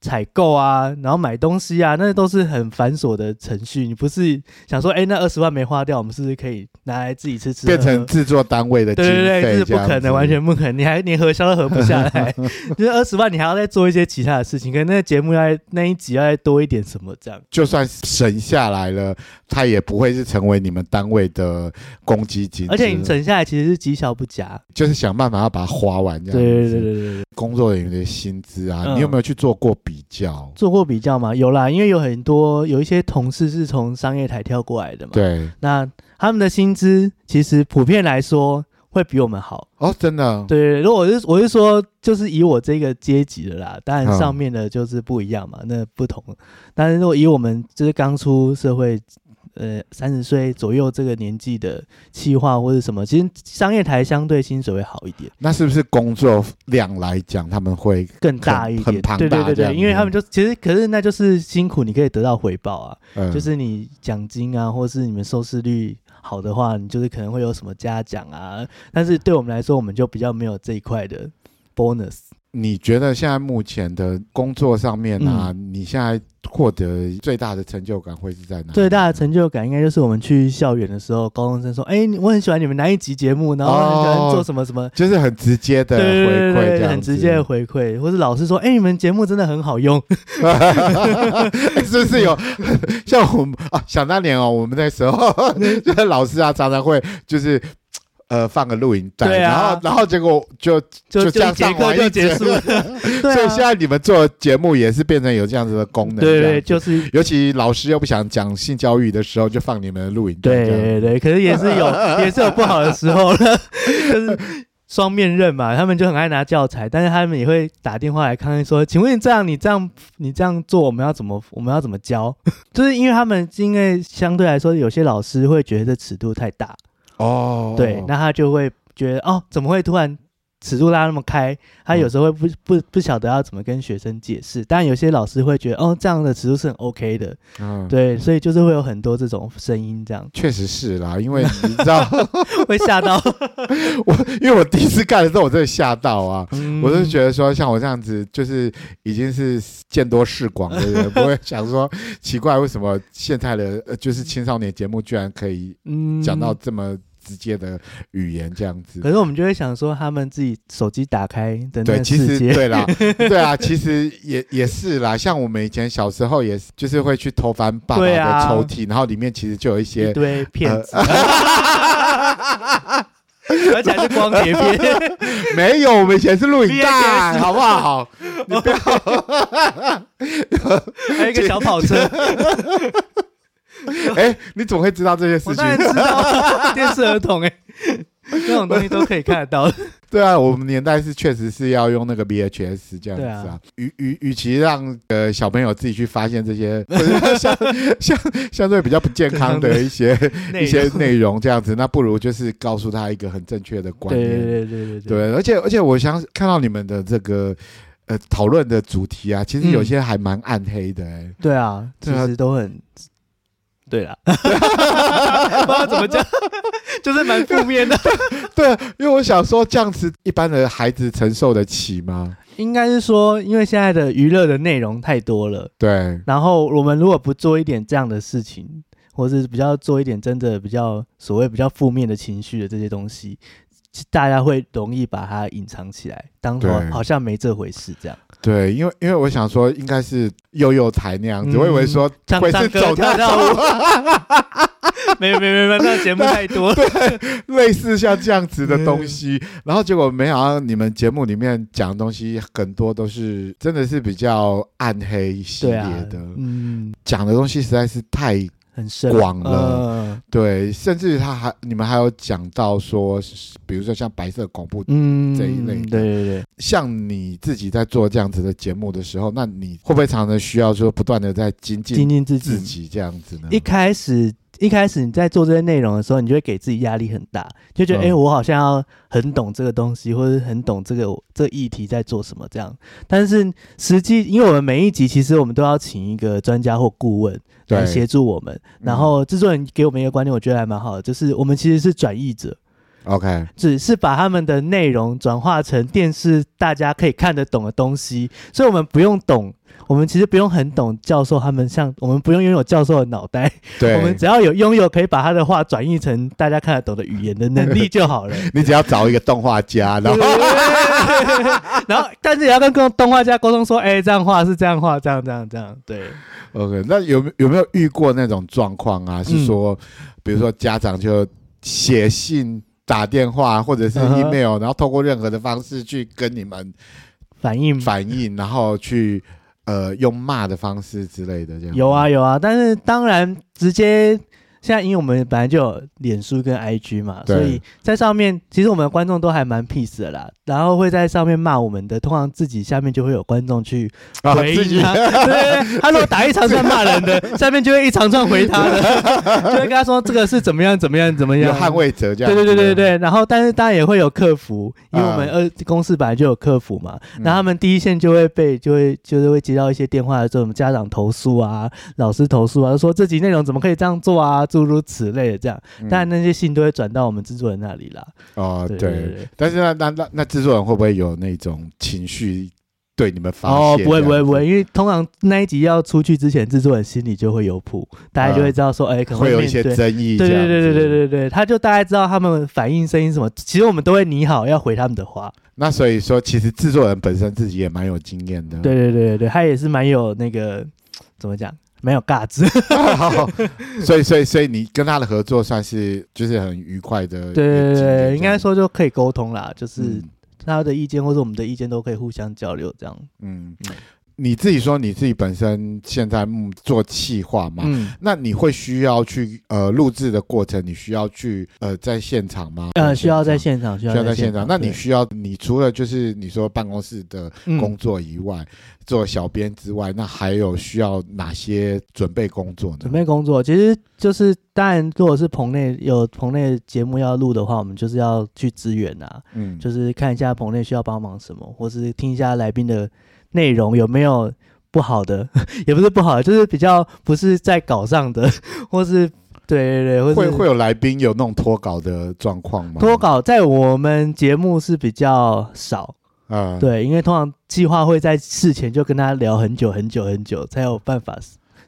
Speaker 3: 采购啊，然后买东西啊，那都是很繁琐的程序。你不是想说，哎、那二十万没花掉，我们是不是可以拿来自己吃吃喝喝？
Speaker 2: 变成制作单位的经
Speaker 3: 对对对，
Speaker 2: 费
Speaker 3: 是
Speaker 2: 这
Speaker 3: 不
Speaker 2: 样
Speaker 3: 可
Speaker 2: 子
Speaker 3: 能，完全不可能。你还连核销都核不下 来，就是二十万，你还要再做一些其他的事情，可能那个节目要再那一集要再多一点什么这样。
Speaker 2: 就算省下来了，它也不会是成为你们单位的公积金之类的，
Speaker 3: 而且你省下来其实是积小不夹。
Speaker 2: 就是想办法要把它花完这
Speaker 3: 对
Speaker 2: 样子。
Speaker 3: 对对对对对，
Speaker 2: 工作人员的薪资啊，
Speaker 3: 嗯
Speaker 2: 你有没有去做过比较？
Speaker 3: 做过比较吗？有啦，因为有很多有一些同事是从商业台跳过来的嘛。，
Speaker 2: 对，
Speaker 3: 那他们的薪资其实普遍来说会比我们好。
Speaker 2: 哦，真的，
Speaker 3: 对对，对如果我是我是说，就是以我这个阶级的啦，当然
Speaker 2: 嗯
Speaker 3: 上面的就是不一样嘛，那不同。但是如果以我们就是刚出社会，呃，三十岁左右这个年纪的企划或者什么，其实商业台相对薪水会好一点，
Speaker 2: 那是不是工作量来讲，他们会
Speaker 3: 更大一
Speaker 2: 很
Speaker 3: 点，
Speaker 2: 庞
Speaker 3: 对对
Speaker 2: 大
Speaker 3: 对
Speaker 2: 这样
Speaker 3: 对，因为他们就其实可是那就是辛苦，你可以得到回报啊，
Speaker 2: 呃，
Speaker 3: 就是你奖金啊，或是你们收视率好的话，你就是可能会有什么嘉奖啊，但是对我们来说，我们就比较没有这一块的 bonus。
Speaker 2: 你觉得现在目前的工作上面啊，
Speaker 3: 嗯
Speaker 2: 你现在获得最大的成就感会是在哪里呢？
Speaker 3: 最大的成就感应该就是我们去校园的时候，高中生说：“哎、你我很喜欢你们哪一集节目，然后很喜欢做什么什么。
Speaker 2: 就是很直接的
Speaker 3: 对
Speaker 2: 哦回
Speaker 3: 对对
Speaker 2: 馈，
Speaker 3: 对
Speaker 2: 这
Speaker 3: 对，
Speaker 2: 样
Speaker 3: 很
Speaker 2: 子
Speaker 3: 直接的，回馈，或是老师说：“哎、你们节目真的很好用。
Speaker 2: 是不是有像我们啊？想当年哦，我们那时 候就是老师啊，常常会就是呃放个录影带，
Speaker 3: 对
Speaker 2: 然
Speaker 3: 啊
Speaker 2: 后然后结果就
Speaker 3: 就”
Speaker 2: 就
Speaker 3: 就
Speaker 2: 这样
Speaker 3: 一节
Speaker 2: 上
Speaker 3: 课
Speaker 2: 完
Speaker 3: 就
Speaker 2: 一
Speaker 3: 结
Speaker 2: 节
Speaker 3: 束 了。对
Speaker 2: 所以
Speaker 3: 啊
Speaker 2: 现，在你们做节目也是变成有这样子的功能，
Speaker 3: 对对
Speaker 2: 这样
Speaker 3: 对，
Speaker 2: 子
Speaker 3: 就是
Speaker 2: 尤其老师又不想讲性教育的时候，就放你们的录影带
Speaker 3: 对
Speaker 2: 这样。
Speaker 3: 对对，可是也是 有也是有不好的时候了， 就是双面刃嘛，他们就很爱拿教材，但是他们也会打电话来抗议说：“请问这样你这样你这样做，我们要怎么我们要怎么教？” 就是因为他们因为相对来说，有些老师会觉得这尺度太大，
Speaker 2: 哦，
Speaker 3: 对，那他就会觉得哦，怎么会突然尺度拉那么开？他有时候会不不不晓得要怎么跟学生解释，但有些老师会觉得哦，这样的尺度是很 OK 的，
Speaker 2: 嗯，
Speaker 3: 对，所以就是会有很多这种声音，这样
Speaker 2: 确实是啦，因为你知 道，
Speaker 3: 会吓到。
Speaker 2: 我因为我第一次看的时候，我真的吓到啊。
Speaker 3: 嗯
Speaker 2: 我是觉得说，像我这样子，就是已经是见多识广的 人，不会想说奇怪，为什么现在的呃就是青少年节目居然可以
Speaker 3: 嗯
Speaker 2: 讲到这么直接的语言这样子
Speaker 3: 可？是我们就会想说，他们自己手机打开的那
Speaker 2: 对，
Speaker 3: 个
Speaker 2: 其
Speaker 3: 世
Speaker 2: 实
Speaker 3: 界，
Speaker 2: 对 啦，对啊，其实也也是啦。像我们以前小时候也是，就是会去偷翻爸爸
Speaker 3: 对啊
Speaker 2: 的抽屉，然后里面其实就有一
Speaker 3: 一
Speaker 2: 些
Speaker 3: 堆骗
Speaker 2: 呃
Speaker 3: 子， 而且还是光碟 片，
Speaker 2: 没有，我们以前是录影带，
Speaker 3: VHS
Speaker 2: 好不好？
Speaker 3: 还有一个小跑车。
Speaker 2: 哎，你怎么会知道这些
Speaker 3: 我
Speaker 2: 事
Speaker 3: 当然
Speaker 2: 情？
Speaker 3: 知道电视儿童哎、 那种东西都可以看得到。
Speaker 2: 对啊，我们年代是确实是要用那个 VHS 这样子
Speaker 3: 对
Speaker 2: 啊
Speaker 3: 啊。
Speaker 2: 与与与其让呃小朋友自己去发现这些 或者相相相对比较不健康的一些
Speaker 3: 内
Speaker 2: 一 些
Speaker 3: 容
Speaker 2: 内容这样子，那不如就是告诉他一个很正确的观
Speaker 3: 对
Speaker 2: 念。
Speaker 3: 对对对对对，
Speaker 2: 对，而且而且我想看到你们的这个呃讨论的主题啊，其实有些还蛮暗黑的、欸。
Speaker 3: 对啊，其
Speaker 2: 对啊
Speaker 3: 实 都很。对啦， 不知道怎么讲，就是蛮负面 的。
Speaker 2: 对，啊因为我想说这样子一般的孩子承受得起吗？
Speaker 3: 应该是说，因为现在的娱乐的内容太多了，
Speaker 2: 对，
Speaker 3: 然后我们如果不做一点这样的事情，或是比较做一点真的比较所谓比较负面的情绪的这些东西，其大家会容易把它隐藏起来，当做
Speaker 2: 对
Speaker 3: 好像没这回事这样。
Speaker 2: 对，因为因为我想说应该是幼幼台那样子，
Speaker 3: 嗯
Speaker 2: 我以为说
Speaker 3: 唱
Speaker 2: 会
Speaker 3: 唱
Speaker 2: 是
Speaker 3: 歌
Speaker 2: 走那
Speaker 3: 跳跳
Speaker 2: 种
Speaker 3: 舞，没有没有没有，那个节目太多了。
Speaker 2: 类似像这样子的
Speaker 3: 嗯
Speaker 2: 东西，然后结果没想到你们节目里面讲的东西很多都是真的是比较暗黑系
Speaker 3: 对
Speaker 2: 列
Speaker 3: 啊
Speaker 2: 的，，
Speaker 3: 嗯，
Speaker 2: 讲的东西实在是太
Speaker 3: 很深
Speaker 2: 广了
Speaker 3: 呃
Speaker 2: 对，甚至他还你们还有讲到说，比如说像白色恐怖，
Speaker 3: 嗯，
Speaker 2: 这一类的
Speaker 3: 对对对，
Speaker 2: 像你自己在做这样子的节目的时候，那你会不会常常需要说不断的在精
Speaker 3: 精
Speaker 2: 进
Speaker 3: 进自
Speaker 2: 自
Speaker 3: 己。
Speaker 2: 己这样子呢？
Speaker 3: 一开始一开始你在做这些内容的时候，你就会给自己压力很大，就觉得
Speaker 2: 嗯
Speaker 3: 哎、诶我好像要很懂这个东西，或者很懂这个这议题在做什么这样。但是实际，因为我们每一集其实我们都要请一个专家或顾问来
Speaker 2: 对嗯
Speaker 3: 协助我们，然后制作人给我们一个观点，我觉得还蛮好的，就是我们其实是转译者，
Speaker 2: ，OK，
Speaker 3: 只是把他们的内容转化成电视大家可以看得懂的东西，所以我们不用懂，我们其实不用很懂教授他们像，我们不用拥有教授的脑袋，
Speaker 2: 对，
Speaker 3: 我们只要有拥有可以把他的话转译成大家看得懂的语言的能力 就好了。
Speaker 2: 你只要找一个动画家，然后
Speaker 3: 然后，但是也要跟跟动画家沟通说，哎、这样画是这样画，这样这样这样，对，
Speaker 2: OK，那有没有没有遇过那种状况啊？
Speaker 3: 嗯
Speaker 2: 是说，比如说家长就写信、打电话或者是
Speaker 3: 嗯哼
Speaker 2: email，、然后透过任何的方式去跟你们
Speaker 3: 反应
Speaker 2: 反映，然后去呃用骂的方式之类的这样。
Speaker 3: 有啊，有啊，但是当然直接现在因为我们本来就有脸书跟 IG 嘛，
Speaker 2: 对
Speaker 3: 所以在上面其实我们的观众都还蛮 peace 的啦，然后会在上面骂我们的，通常自己下面就会有观众去
Speaker 2: 啊，
Speaker 3: 回
Speaker 2: 自己
Speaker 3: 应他， 对，他如果打一长串骂 人的，下面就会一长串回他的，就会跟他说这个是怎么样怎么样怎么
Speaker 2: 有
Speaker 3: 样，
Speaker 2: 捍卫者这样
Speaker 3: 对
Speaker 2: 子。
Speaker 3: 对对对对，然后但是当然也会有客服，因为我们
Speaker 2: 啊
Speaker 3: 二公司本来就有客服嘛，
Speaker 2: 嗯
Speaker 3: 然后他们第一线就会被就会就是会接到一些电话，说我们家长投诉啊，老师投诉啊，说这集内容怎么可以这样做啊，诸如此类的这样，
Speaker 2: 嗯
Speaker 3: 但那些信都会转到我们制作人那里啦。
Speaker 2: 哦
Speaker 3: 对对
Speaker 2: 对，但是那那那那制作人会不会有那种情绪对你们发泄？
Speaker 3: 哦，不会
Speaker 2: 这
Speaker 3: 不会
Speaker 2: 样子
Speaker 3: 不会，因为通常那一集要出去之前，制作人心里就会有谱，大家就会知道说，哎、可能
Speaker 2: 会有一
Speaker 3: 面
Speaker 2: 些
Speaker 3: 对
Speaker 2: 争议这
Speaker 3: 对
Speaker 2: 样
Speaker 3: 对
Speaker 2: 子。
Speaker 3: 对对对对对，他就大概知道他们反应声音什么，其实我们都会拟好要回他们的话。
Speaker 2: 那所以说，其实制作人本身自己也蛮有经验的。
Speaker 3: 对对对对对，他也是蛮有那个怎么讲，蛮有尬子。
Speaker 2: 好， 所以所以所以你跟他的合作算是就是很愉快的一个
Speaker 3: 对
Speaker 2: 经
Speaker 3: 对
Speaker 2: 验，
Speaker 3: 对
Speaker 2: 这样
Speaker 3: 对，应该说就可以沟通啦，就是
Speaker 2: 嗯
Speaker 3: 他的意见或者我们的意见都可以互相交流这样。
Speaker 2: 嗯，你自己说你自己本身现在目做企划嘛，
Speaker 3: 嗯，
Speaker 2: 那你会需要去呃录制的过程，你需要去呃在现场吗？
Speaker 3: 呃，需要在
Speaker 2: 现
Speaker 3: 现场，需
Speaker 2: 需要
Speaker 3: 在
Speaker 2: 在现场。。
Speaker 3: 场
Speaker 2: 那你
Speaker 3: 对
Speaker 2: 需要你除了就是你说办公室的工
Speaker 3: 嗯，
Speaker 2: 作以外，做小编之外，那还有需要哪些准备工作呢？
Speaker 3: 准备工作，其实就是当然，如果是棚内有棚内节目要录的话，我们就是要去支援啊，
Speaker 2: 嗯，
Speaker 3: 就是看一下棚内需要帮忙什么，或是听一下来宾的内容有没有不好的， 也不是不好的，就是比较不是在稿上的， 或是对对对，或是
Speaker 2: 会会有来宾有那种脱稿的状况吗？
Speaker 3: 脱稿在我们节目是比较少，
Speaker 2: 啊，
Speaker 3: 对，因为通常计划会在事前就跟他聊很久很久很久，才有办法，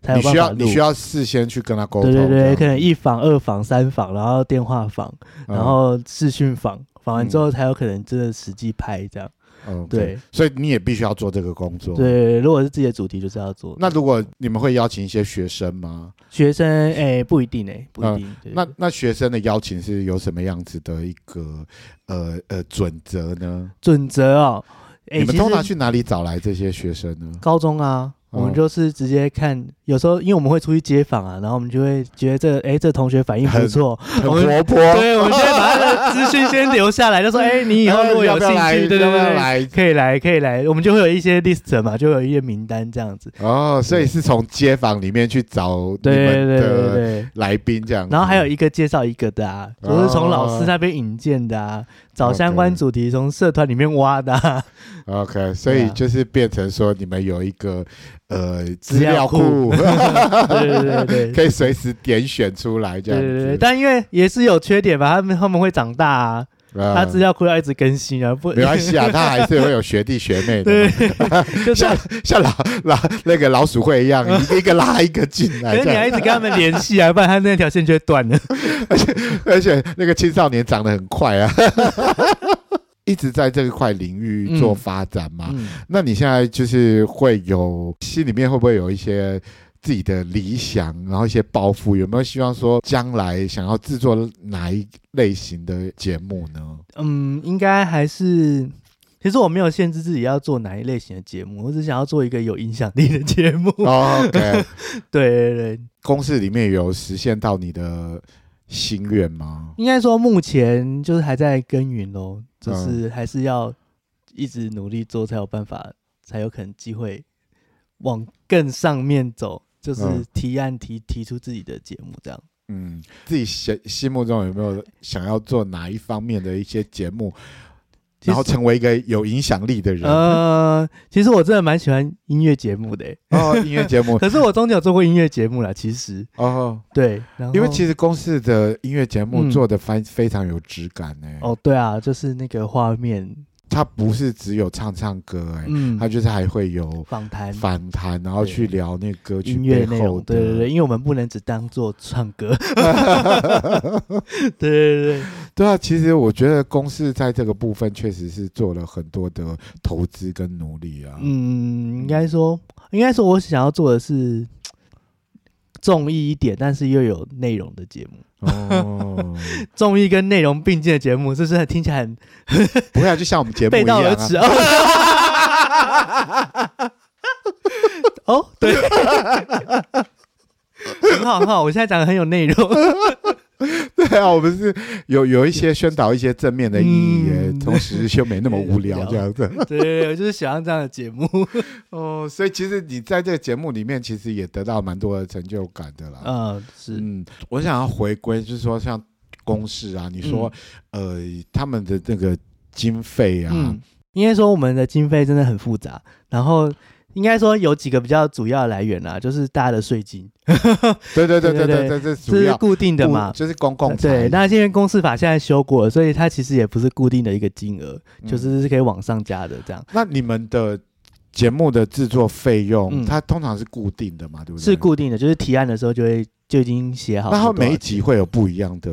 Speaker 3: 才有
Speaker 2: 你
Speaker 3: 办
Speaker 2: 需
Speaker 3: 法
Speaker 2: 要
Speaker 3: 录
Speaker 2: 你。需要事先去跟他沟通，嗯
Speaker 3: 对对
Speaker 2: 这样
Speaker 3: 对，可能一访、二访、三访，然后电话访，
Speaker 2: 嗯
Speaker 3: 然后视讯访，访完之后
Speaker 2: 嗯
Speaker 3: 才有可能真的实际拍这样。
Speaker 2: 嗯
Speaker 3: 对，
Speaker 2: 所以你也必须要做这个工作。，
Speaker 3: 对，如果是自己的主题，就是要做。
Speaker 2: 那如果你们会邀请一些学生吗？
Speaker 3: 学生哎、不一定哎、不一定。对
Speaker 2: 嗯那那学生的邀请是有什么样子的一个呃呃准则呢？
Speaker 3: 准则哦，哎、
Speaker 2: 你们
Speaker 3: 其
Speaker 2: 通
Speaker 3: 实
Speaker 2: 常去哪里找来这些学生呢？
Speaker 3: 高中啊，
Speaker 2: 哦
Speaker 3: 我们就是直接看，有时候因为我们会出去街访啊，然后我们就会觉得这哎、这同学反应不错，
Speaker 2: 很
Speaker 3: 我们
Speaker 2: 活泼，
Speaker 3: 对，我们就会把他的资讯先留下来，就说哎、你以后如果有
Speaker 2: 要不
Speaker 3: 兴
Speaker 2: 要
Speaker 3: 趣，
Speaker 2: 来
Speaker 3: 对对
Speaker 2: 要不要
Speaker 3: 对，
Speaker 2: 来
Speaker 3: 可以来可以来，我们就会有一些 list 嘛，就会有一些名单这样子。
Speaker 2: 哦，所以是从街坊里面去找你
Speaker 3: 对对
Speaker 2: 们
Speaker 3: 对对
Speaker 2: 的
Speaker 3: 对。
Speaker 2: 来宾这样子。
Speaker 3: 然后还有一个介绍一个的啊，
Speaker 2: 哦
Speaker 3: 我是从老师那边引荐的啊，找相关主题从社团里面挖的、啊，
Speaker 2: OK，所
Speaker 3: 对
Speaker 2: 以
Speaker 3: 啊
Speaker 2: 就是变成说你们有一个呃
Speaker 3: 资
Speaker 2: 资
Speaker 3: 料
Speaker 2: 料
Speaker 3: 库
Speaker 2: 库，
Speaker 3: 对对对对 对
Speaker 2: 可以随时点选出来这
Speaker 3: 对
Speaker 2: 样
Speaker 3: 对对，
Speaker 2: 子。
Speaker 3: 但因为也是有缺点吧，他们他们会长大啊，
Speaker 2: 啊
Speaker 3: 他资料库要一直更新啊，不
Speaker 2: 没关系啊，他还是会有学弟学妹的
Speaker 3: 对
Speaker 2: 嘛，，
Speaker 3: 就这样
Speaker 2: 像。 像老老那个老鼠会一 样，一个一个拉一个进
Speaker 3: 可
Speaker 2: 来
Speaker 3: 是
Speaker 2: 这
Speaker 3: 你还一
Speaker 2: 样。
Speaker 3: 直跟他们联 系啊，不然他那条线就会断了。
Speaker 2: 而且那个青少年长得很快啊， 一直在这一块领域做发展嘛。
Speaker 3: 嗯，
Speaker 2: 那你现在就是会有心里面会不会有一些自己的理想，然后一些抱负？有没有希望说将来想要制作哪一类型的节目 呢？
Speaker 3: 嗯，应该还是。其实我没有限制自己要做哪一类型的节目，我只想要做一个有影响力的节目。
Speaker 2: 哦、o k
Speaker 3: 对对对，
Speaker 2: 公司里面有实现到你的心愿吗？
Speaker 3: 应该说目前就是还在耕耘咯，就是
Speaker 2: 嗯
Speaker 3: 还是要一直努力做，才有办法，才有可能机会往更上面走，就是
Speaker 2: 嗯
Speaker 3: 提案提提出自己的节目这样。
Speaker 2: 嗯，自己心心目中有没有想要做哪一方面的一些节目，
Speaker 3: 其实
Speaker 2: 然后成为一个有影响力的人？
Speaker 3: 呃，其实我真的蛮喜欢音乐节目的欸，
Speaker 2: 哦，音乐节目
Speaker 3: 可是我中间有做过音乐节目啦，其实
Speaker 2: 哦，
Speaker 3: 对， 然后
Speaker 2: 因为其实公司的音乐节目
Speaker 3: 嗯
Speaker 2: 做的非非常有质感欸呢、
Speaker 3: 哦对啊，就是那个画面，
Speaker 2: 它不是只有唱唱歌哎、
Speaker 3: 嗯，
Speaker 2: 它就是还会有
Speaker 3: 访谈
Speaker 2: 反弹，然后去聊那歌曲
Speaker 3: 音乐
Speaker 2: 背
Speaker 3: 内
Speaker 2: 后
Speaker 3: 容，
Speaker 2: 的
Speaker 3: 对对对，因为我们不能只当做唱 歌，对对对，
Speaker 2: 对啊，其实我觉得公司在这个部分确实是做了很多的投资跟努力啊。
Speaker 3: 嗯，应该说，应该说，我想要做的是综艺一点，但是又有内容的节目，
Speaker 2: 哦，
Speaker 3: 综艺跟内容并进的节目，是不是听起来很
Speaker 2: 不会啊，就像我们节目
Speaker 3: 背
Speaker 2: 一
Speaker 3: 道
Speaker 2: 样
Speaker 3: 而
Speaker 2: 啊
Speaker 3: 驰。哦，哦对， 很好很好，我现在讲的很有内容。
Speaker 2: 对啊，我们是有有一些宣导一些正面的意义耶，
Speaker 3: 嗯
Speaker 2: 同时又没那么无聊这样子。
Speaker 3: 对对对，我就是喜欢这样的节目。
Speaker 2: 哦，所以其实你在这个节目里面，其实也得到蛮多的成就感的啦。
Speaker 3: 嗯，是，
Speaker 2: 嗯，我想要回归，就是说像公式啊，你说、呃他们的那个经费啊，
Speaker 3: 嗯，应该说我们的经费真的很复杂，然后。应该说有几个比较主要的来源啦、就是大家的税金，
Speaker 2: 对对对对
Speaker 3: 对
Speaker 2: 对，
Speaker 3: 对
Speaker 2: 这
Speaker 3: 这
Speaker 2: 主
Speaker 3: 是
Speaker 2: 要
Speaker 3: 固定的嘛
Speaker 2: 不？就是公共财
Speaker 3: 对，那因为公司法现在修过了，所以它其实也不是固定的一个金额，
Speaker 2: 嗯
Speaker 3: 就是是可以往上加的这样。
Speaker 2: 那你们的节目的制作费用，
Speaker 3: 嗯
Speaker 2: 它通常是固定的嘛，对不对？
Speaker 3: 是。固定的，就是提案的时候就会就已经写好。
Speaker 2: 那它每一集会有不一样的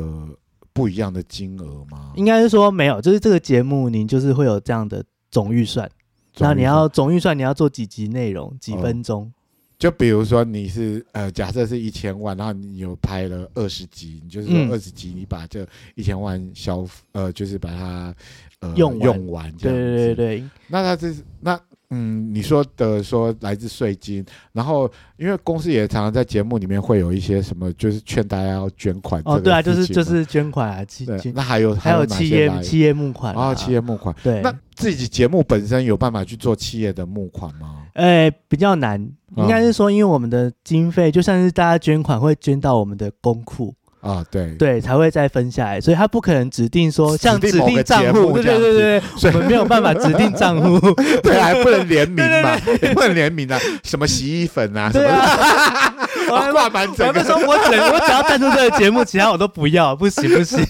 Speaker 2: 不一样的金额吗？
Speaker 3: 应该是说没有，就是这个节目你就是会有这样的总预算，
Speaker 2: 总
Speaker 3: 然后你
Speaker 2: 预算
Speaker 3: 要总预算你要做几集内容，几
Speaker 2: 哦
Speaker 3: 分钟。
Speaker 2: 就比如说你是呃，假设是一千万，然后你有拍了二十集，你就是
Speaker 3: 嗯
Speaker 2: 说二十集，你把这一千万消呃，就是把它呃
Speaker 3: 用完
Speaker 2: 用完这
Speaker 3: 对
Speaker 2: 样子。
Speaker 3: 对对对，
Speaker 2: 那它这是那嗯，你说的说来自税金，然后因为公司也常常在节目里面会有一些什么，就是劝大家要捐款这
Speaker 3: 哦
Speaker 2: 个
Speaker 3: 对啊，就是
Speaker 2: 事情
Speaker 3: 就
Speaker 2: 嘛
Speaker 3: 是捐款啊，基
Speaker 2: 对
Speaker 3: 金，
Speaker 2: 那还有
Speaker 3: 还有
Speaker 2: 哪
Speaker 3: 企
Speaker 2: 些
Speaker 3: 业
Speaker 2: 来
Speaker 3: 企业募款
Speaker 2: 啊
Speaker 3: 啊，
Speaker 2: 企业募款。
Speaker 3: 对，
Speaker 2: 那自己节目本身有办法去做企业的募款吗？
Speaker 3: 呃比较难，
Speaker 2: 啊
Speaker 3: 应该是说因为我们的经费就像是大家捐款会捐到我们的公库，
Speaker 2: 啊，对，
Speaker 3: 对，才会再分下来，所以他不可能指定说像
Speaker 2: 指
Speaker 3: 指
Speaker 2: 定某个
Speaker 3: 定账
Speaker 2: 节目
Speaker 3: 户，对
Speaker 2: 这
Speaker 3: 对
Speaker 2: 样
Speaker 3: 对
Speaker 2: 子
Speaker 3: 对，
Speaker 2: 所以
Speaker 3: 我们没有办法指定账户，
Speaker 2: 对，还不能联名嘛，
Speaker 3: 对
Speaker 2: 也不能联名啊，什么洗衣粉啊，什
Speaker 3: 对
Speaker 2: 么
Speaker 3: 啊，我 还
Speaker 2: 哦挂满
Speaker 3: 我
Speaker 2: 整
Speaker 3: 还
Speaker 2: 个
Speaker 3: 没说，我只我只要赞助这个节目，其他我都不要，不行 不行，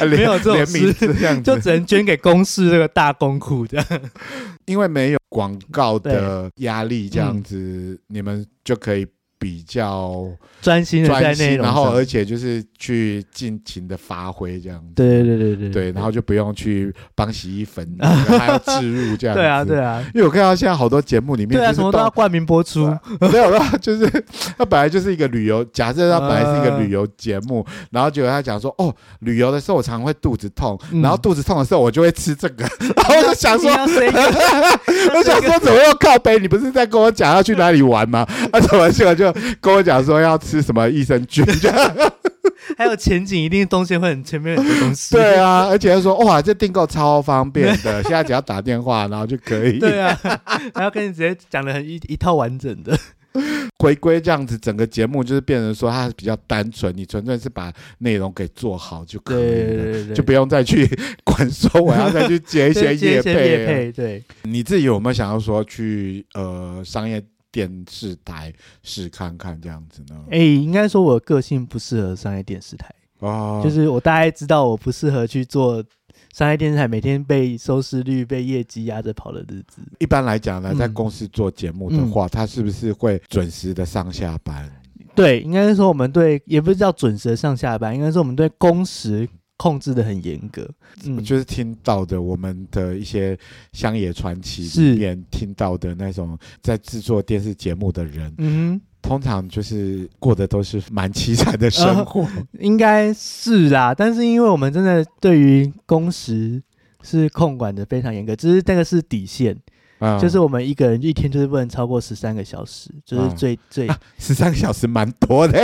Speaker 2: 联
Speaker 3: 没有这种
Speaker 2: 联名
Speaker 3: 事
Speaker 2: 这样
Speaker 3: 就
Speaker 2: 子，
Speaker 3: 只能捐给公司这个大公库这样。
Speaker 2: 因为没有广告的压力，这样
Speaker 3: 嗯
Speaker 2: 子你们就可以比较
Speaker 3: 专心的在
Speaker 2: 专
Speaker 3: 内
Speaker 2: 心，
Speaker 3: 容
Speaker 2: 然
Speaker 3: 上，
Speaker 2: 后而且就是去尽情的发挥这样子。
Speaker 3: 对对对对
Speaker 2: 对，然后就不用去帮洗衣 粉，还要置入这样子。
Speaker 3: 对啊对啊。
Speaker 2: 因为我看到现在好多节目里面，
Speaker 3: 对啊，
Speaker 2: 就是
Speaker 3: 什么都
Speaker 2: 到
Speaker 3: 要冠名播出，
Speaker 2: 没有啦，就是他本来就是一个旅游，假设他本来是一个旅游节目，
Speaker 3: 啊
Speaker 2: 然后结果他讲说，哦，旅游的时候我常会肚子痛，
Speaker 3: 嗯
Speaker 2: 然后肚子痛的时候我就会吃这个， 然后我就想
Speaker 3: 你
Speaker 2: 说。
Speaker 3: 要谁一个？
Speaker 2: 我想说怎么又靠北？你不是在跟我讲要去哪里玩吗？啊，怎么结果就跟我讲说要吃什么益生菌？
Speaker 3: 还有前景，一定东西会很前面很多东 西。
Speaker 2: 对啊，而且他说哇，这订购超方便的，现在只要打电话然后就可以。
Speaker 3: 对啊，然后跟你直接讲的很一一套完整的。
Speaker 2: 回归这样子，整个节目就是变成说它比较单纯，你纯粹是把内容给做好就可以了。
Speaker 3: 对对
Speaker 2: 就不用再去管说我要再去接一些
Speaker 3: 对接
Speaker 2: 业
Speaker 3: 一些业
Speaker 2: 配啊。
Speaker 3: 配，对。
Speaker 2: 你自己有没有想要说去呃商业电视台试看看这样子呢？
Speaker 3: 哎，应该说我个性不适合商业电视台。
Speaker 2: 哦，
Speaker 3: 就是我大概知道我不适合去做商业电视台，每天被收视率、被业绩压着跑的日子。
Speaker 2: 一般来讲呢，
Speaker 3: 嗯
Speaker 2: 在公司做节目的话，他是不是会准时的上下班？
Speaker 3: 对，应该是说我们对，也不是叫准时的上下班，应该说我们对工时控制的很严格。嗯，
Speaker 2: 就是听到的我们的一些乡野传奇
Speaker 3: 是
Speaker 2: 里面听到的那种在制作电视节目的人，
Speaker 3: 嗯
Speaker 2: 通常就是过的都是蛮凄惨的生活。
Speaker 3: 哼，应该是啦。但是因为我们真的对于工时是控管的非常严格，只是那个是底线，
Speaker 2: 啊
Speaker 3: 哦就是我们一个人一天就是不能超过十三个小时，就是
Speaker 2: 嗯
Speaker 3: 最 最
Speaker 2: 十三个小时蛮多的、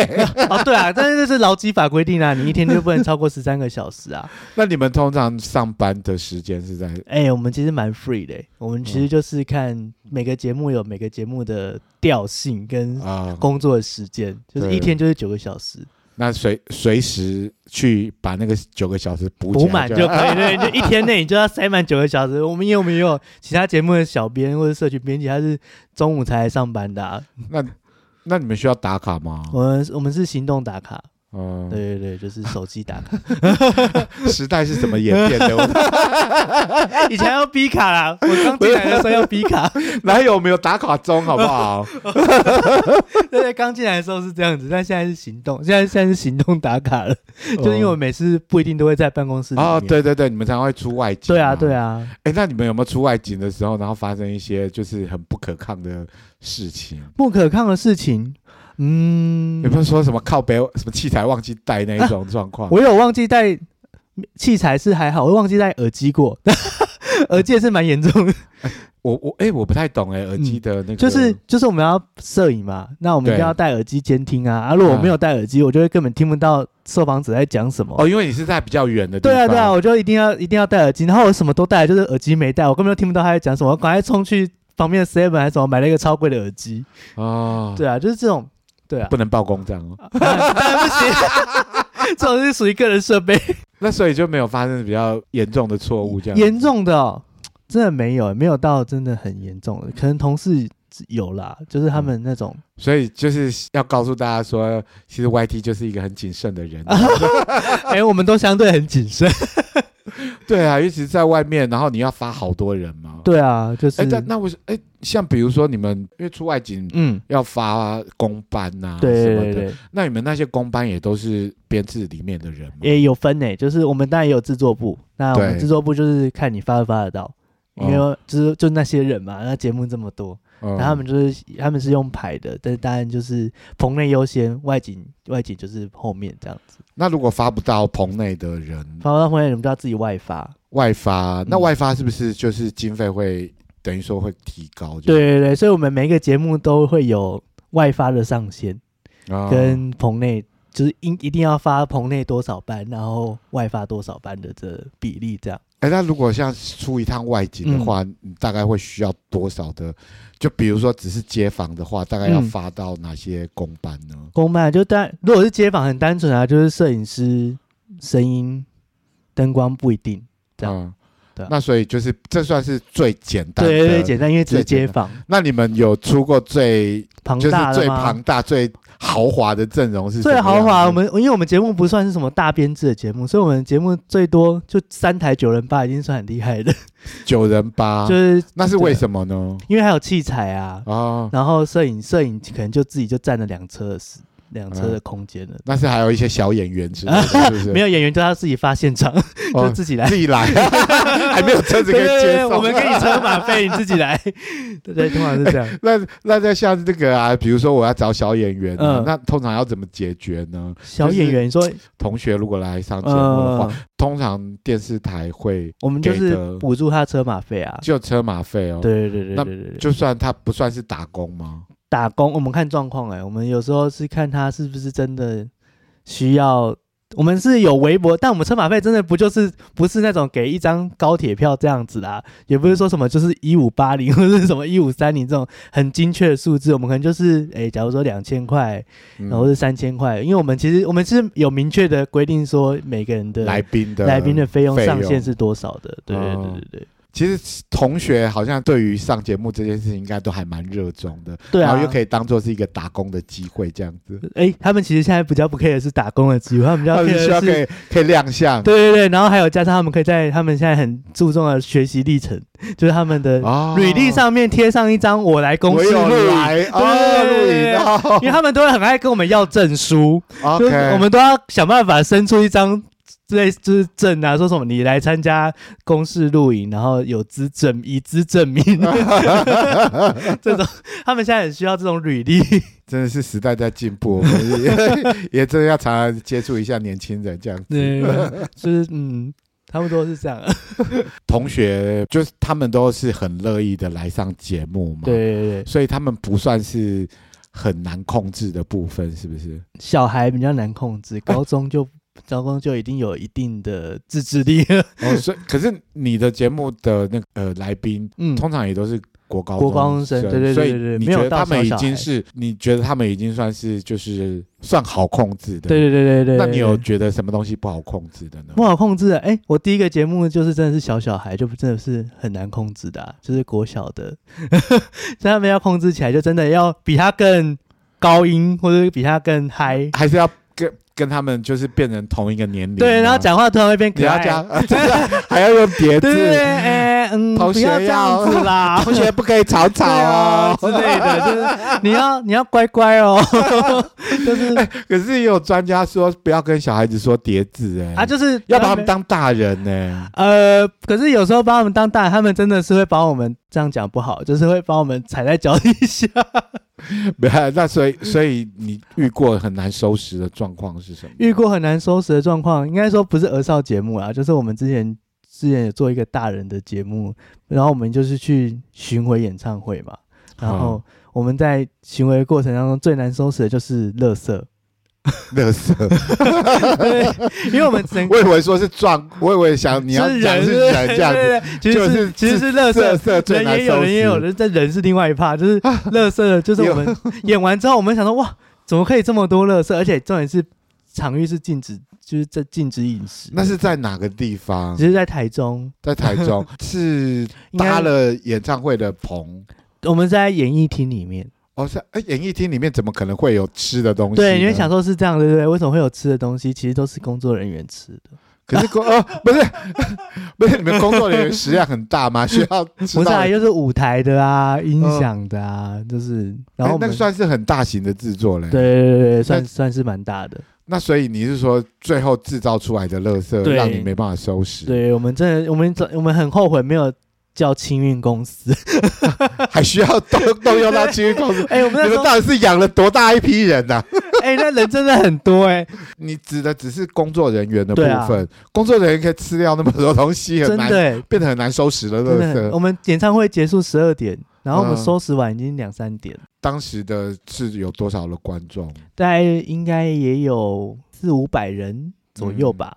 Speaker 3: 哦，对啊，但是这是劳基法规定啊，你一天就不能超过十三个小时啊。
Speaker 2: 那你们通常上班的时间是在
Speaker 3: 哎、我们其实蛮 free 的欸、我们其实就是看每个节目有每个节目的调性跟
Speaker 2: 啊、
Speaker 3: 嗯工作的时间，就是
Speaker 2: 对
Speaker 3: 一天就是九个小时。
Speaker 2: 那随随时去把那个九个小时补起
Speaker 3: 补
Speaker 2: 来
Speaker 3: 满就可以了，你就一天内你就要塞满九个小时。我们也有没有其他节目的小编或者社群编辑，他是中午才来上班的、啊，
Speaker 2: 那那你们需要打卡吗？
Speaker 3: 我们我们是行动打卡，
Speaker 2: 嗯，
Speaker 3: 哦对对对，就是手机打卡。
Speaker 2: 时代是怎么演变 的？我
Speaker 3: 以前要 B 卡啦，我刚进来的时候要 B 卡，
Speaker 2: 哪有没有打卡钟，好不 好？
Speaker 3: 对对，刚进来的时候是这样子，但现在是行动，现在现在是行动打卡了，就是因为我每次不一定都会在办公室里面
Speaker 2: 哦，对对对，你们常会出外景。
Speaker 3: 对啊对。啊，
Speaker 2: 哎，那你们有没有出外景的时候，然后发生一些就是很不可抗的事情？
Speaker 3: 不可抗的事情，嗯
Speaker 2: 有，没有说什么靠北什么器材忘记带那一种状况？
Speaker 3: 我有忘记带器材是还好，我忘记带耳机过， 耳机也是蛮严重
Speaker 2: 啊
Speaker 3: 的。
Speaker 2: 我我哎，我不太懂哎，耳机的那个
Speaker 3: 嗯就是就是我们要摄影嘛，那我们
Speaker 2: 对
Speaker 3: 就要戴耳机监听啊。啊，如果我没有戴耳机，我就会根本听不到受访者在讲什么。
Speaker 2: 哦，因为你是在比较远的地
Speaker 3: 对
Speaker 2: 方。
Speaker 3: 啊，对啊，。我就一定要一定要戴耳机，然后我什么都戴，就是耳机没戴，我根本就听不到他在讲什么，我赶快冲去旁边的 seven 还是什么买了一个超贵的耳机。
Speaker 2: 哦，
Speaker 3: 对啊，就是这种，对啊，
Speaker 2: 不能报公账哦。
Speaker 3: 啊当然不行，这种是属于个人设备，
Speaker 2: 那所以就没有发生比较严重的错误，这样
Speaker 3: 严重的、哦、真的没有，没有到真的很严重的，可能同事有啦，就是
Speaker 2: 嗯
Speaker 3: 他们那种。
Speaker 2: 所以就是要告诉大家说，其实 YT 就是一个很谨慎的 人。
Speaker 3: 哎、我们都相对很谨慎。
Speaker 2: 对啊，尤其是在外面，然后你要发好多人嘛。。
Speaker 3: 对啊，就是，
Speaker 2: 哎，但那我哎，像比如说你们因为出外景
Speaker 3: 嗯，
Speaker 2: 要发公班呐、
Speaker 3: 对
Speaker 2: 什
Speaker 3: 对
Speaker 2: 么
Speaker 3: 对
Speaker 2: 的，
Speaker 3: 对，
Speaker 2: 那你们那些公班也都是编制里面的人吗？
Speaker 3: 也有分诶、就是我们当然也有制作部，那我们
Speaker 2: 对
Speaker 3: 制作部就是看你发不发得到，因
Speaker 2: 哦
Speaker 3: 为就是就那些人嘛，那节目这么多，
Speaker 2: 嗯
Speaker 3: 然后他们就是他们是用排的，但是当然就是棚内优先，外景外景就是后面这样子。
Speaker 2: 那如果发不到棚内的人
Speaker 3: 发到后面你们就要自己外发，
Speaker 2: 外发，那
Speaker 3: 嗯
Speaker 2: 外发是不是就是经费会等于说会提高？
Speaker 3: 对对对，所以我们每一个节目都会有外发的上限，
Speaker 2: 啊
Speaker 3: 跟棚内。就是一一定要发棚内多少班，然后外发多少班的这比例这样。
Speaker 2: 哎，那如果像出一趟外景的话，
Speaker 3: 嗯
Speaker 2: 你大概会需要多少的？就比如说只是街访的话，大概要
Speaker 3: 嗯
Speaker 2: 发到哪些公班呢？
Speaker 3: 公办就单，如果是街访很单纯啊，就是摄影师、声音、灯光不一定。这样
Speaker 2: 嗯
Speaker 3: 对啊
Speaker 2: 那所以就是这算是最简单的。
Speaker 3: 对对对，简单，因为只
Speaker 2: 最
Speaker 3: 是街
Speaker 2: 简
Speaker 3: 访
Speaker 2: 那你们有出过最
Speaker 3: 庞
Speaker 2: 就是
Speaker 3: 大的
Speaker 2: 最
Speaker 3: 吗？
Speaker 2: 庞大、最豪华的阵容是什么
Speaker 3: 最
Speaker 2: 样子
Speaker 3: 豪华，我们因为我们节目不算是什么大编制的节目，所以我们节目最多就三台九人八已经算很厉害的，
Speaker 2: 九人八，
Speaker 3: 就是
Speaker 2: 那是为什么呢？
Speaker 3: 因为还有器材啊，
Speaker 2: 啊，
Speaker 3: 然后摄影摄影可能就自己就占了两车的时两车的空间了，
Speaker 2: 那是还有一些小演员之类 的，是不是？
Speaker 3: 没有演员就要自己发现场，就
Speaker 2: 哦，
Speaker 3: 自己来。
Speaker 2: 自己来， 还没有车子可以接送。
Speaker 3: 我们给你车马费，你自己来。 对对，通常是这样。
Speaker 2: 那那在像这个啊，比如说我要找小演员、啊，
Speaker 3: 嗯
Speaker 2: 那通常要怎么解决呢？
Speaker 3: 小
Speaker 2: 就是
Speaker 3: 演员，你说，
Speaker 2: 同学如果来上节目的话，
Speaker 3: 呃，
Speaker 2: 通常电视台会
Speaker 3: 我们就
Speaker 2: 给
Speaker 3: 是
Speaker 2: 的
Speaker 3: 补助他车马费啊。
Speaker 2: 就车马费哦。，
Speaker 3: 对对对
Speaker 2: 那
Speaker 3: 对对对，
Speaker 2: 就算他不算是打工吗？
Speaker 3: 打工我们看状况哎，我们有时候是看他是不是真的需要，我们是有微薄，但我们车马费真的不就是不是那种给一张高铁票这样子啦，也不是说什么就是一五八零或者是什么一五三零这种很精确的数字，我们可能就是哎，假如说两千块，
Speaker 2: 嗯
Speaker 3: 然后是三千块，因为我们其实我们是有明确的规定说每个人的
Speaker 2: 来宾的
Speaker 3: 来宾的费用
Speaker 2: 费
Speaker 3: 上限
Speaker 2: 用
Speaker 3: 是多少的，对对对
Speaker 2: 哦
Speaker 3: 对对。
Speaker 2: 其实同学好像对于上节目这件事情应该都还蛮热衷的，
Speaker 3: 对啊
Speaker 2: 然后又可以当做是一个打工的机会这样子，
Speaker 3: 哎、他们其实现在比较不 care 的是打工的机会，他们比较
Speaker 2: 他
Speaker 3: care
Speaker 2: 们需要
Speaker 3: 的
Speaker 2: 可以
Speaker 3: 是。
Speaker 2: 可以亮相
Speaker 3: 对对对，然后还有加上他们可以在他们现在很注重的学习历程，就是他们的
Speaker 2: 啊
Speaker 3: 履历上面贴上一张我来公
Speaker 2: 我
Speaker 3: 司
Speaker 2: 有
Speaker 3: 录影，
Speaker 2: 来啊录影哦
Speaker 3: 因为他们都会很爱跟我们要证书，就是
Speaker 2: ，OK，
Speaker 3: 我们都要想办法生出一张类似就是证啊，说什么你来参加公示录影，然后有资证以资 证明， 这种他们现在很需要这种履历。
Speaker 2: 真的是时代在进步，我们也 也真的要常常接触一下年轻人这样子。
Speaker 3: 对， 就是嗯，差不多是这样。
Speaker 2: 同学就是他们都是很乐意的来上节目嘛，，
Speaker 3: 对对对，
Speaker 2: 所以他们不算是很难控制的部分，是不 是？
Speaker 3: 小孩比较难 控制，高中就、高中就一定有一定的 自制力了。
Speaker 2: 哦，所以可是你的节目的那个呃来宾
Speaker 3: 嗯，
Speaker 2: 通常也都是国高
Speaker 3: 国高中生对对对
Speaker 2: 所以
Speaker 3: 对对对
Speaker 2: 你
Speaker 3: 没有
Speaker 2: 觉得
Speaker 3: 到
Speaker 2: 他们已
Speaker 3: 小小
Speaker 2: 经
Speaker 3: 孩
Speaker 2: 是你觉得他们已经算是就是算好控制的，
Speaker 3: 对对对对对。
Speaker 2: 那你有
Speaker 3: 对
Speaker 2: 觉得什么东西不好控制的呢？
Speaker 3: 不好控制的？哎、我第一个节目就是真的是小小孩，就真的是很难控制的、啊，就是国小的， 所以他们要控制起来，就真的要比他更高音，或者比他更嗨。
Speaker 2: 还是要跟跟他们就是变成同一个年龄？
Speaker 3: 对，然后。讲话突然会变
Speaker 2: 你
Speaker 3: 可
Speaker 2: 要
Speaker 3: 爱。
Speaker 2: 加，真的 还要用叠
Speaker 3: 对对对，
Speaker 2: 字，
Speaker 3: 哎、 嗯，
Speaker 2: 同
Speaker 3: 不
Speaker 2: 学
Speaker 3: 要这样 子啦，
Speaker 2: 同学不可以吵
Speaker 3: 对
Speaker 2: 吵
Speaker 3: 啊
Speaker 2: 哦。
Speaker 3: 之类的，就是你要你要乖乖哦， 就是
Speaker 2: 可是也有专家说，不要跟小孩子说叠字，哎，
Speaker 3: 啊，就是
Speaker 2: 要把他们当大人哎呢。
Speaker 3: 呃，可是有时候把我们当大人，他们真的是会把我们这样讲不好，就是会把我们踩在脚底下。
Speaker 2: 没有，那所以所以你遇过很难收拾的状况是 什么？
Speaker 3: 遇过很难收拾的状况，应该说不是儿少节目啦，就是我们之前之前有做一个大人的节目，然后我们就是去巡回演唱会嘛，然后
Speaker 2: 嗯
Speaker 3: 我们在巡回过程当中最难收拾的就是垃圾，
Speaker 2: 乐色，
Speaker 3: 对，因为我们整
Speaker 2: 我以 为说是撞，我以为想你要
Speaker 3: 是
Speaker 2: 讲
Speaker 3: 人
Speaker 2: 是
Speaker 3: 对
Speaker 2: 人这样子，
Speaker 3: 对对对其实
Speaker 2: 就是
Speaker 3: 其实是垃
Speaker 2: 色
Speaker 3: 圾。
Speaker 2: 色最
Speaker 3: 人
Speaker 2: 难
Speaker 3: 也有
Speaker 2: 收
Speaker 3: 人也有
Speaker 2: 拾。啊
Speaker 3: 人，但人是另外一趴，就是乐色，就是我们 演完之后，我们想说哇，怎么可以这么多乐色？而且重点是场域是禁止，就是在禁止饮食，
Speaker 2: 那是在哪个地方
Speaker 3: 只？是在台中，
Speaker 2: 在台中，是
Speaker 3: 应该
Speaker 2: 搭了演唱会的棚。
Speaker 3: 我们在演艺厅里面，
Speaker 2: 哦，是哎，演艺厅里面怎么可能会有吃的东西呢？
Speaker 3: 对，你会想说是这样，对不对？为什么会有吃的东西？其实都是工作人员吃的，
Speaker 2: 可是工呃不是 不是你们工作人员食量很大吗？ 需要吃
Speaker 3: 不是
Speaker 2: 到哎
Speaker 3: 啊，就是舞台的啊，音响的啊，就是，
Speaker 2: 嗯
Speaker 3: 然后
Speaker 2: 哎
Speaker 3: 我
Speaker 2: 那
Speaker 3: 们
Speaker 2: 个算是很大型的制作嘞。
Speaker 3: 对，对对对，算算是蛮大的。
Speaker 2: 那所以你是说最后制造出来的垃圾
Speaker 3: 对
Speaker 2: 让你没办法收拾，
Speaker 3: 对我们真的，我们我们很后悔没有叫清运公司。
Speaker 2: 还需要动动用到清洁公司？
Speaker 3: 哎、我们那
Speaker 2: 你
Speaker 3: 时
Speaker 2: 们
Speaker 3: 候，
Speaker 2: 到底是养了多大一批人呐、
Speaker 3: 哎、那人真的很多哎、
Speaker 2: 你指的只是工作人员的部
Speaker 3: 对啊
Speaker 2: 分，工作人员可以吃掉那么多东西， 很
Speaker 3: 真
Speaker 2: 难
Speaker 3: 的、哎
Speaker 2: 变得很难收拾的
Speaker 3: 真
Speaker 2: 垃
Speaker 3: 的
Speaker 2: 圾。
Speaker 3: 很。我们演唱会结束十二点，然后我们
Speaker 2: 嗯
Speaker 3: 收拾完已经两三点，
Speaker 2: 当时的是有多少的观众？
Speaker 3: 大概应该也有四五百人左右
Speaker 2: 嗯
Speaker 3: 吧。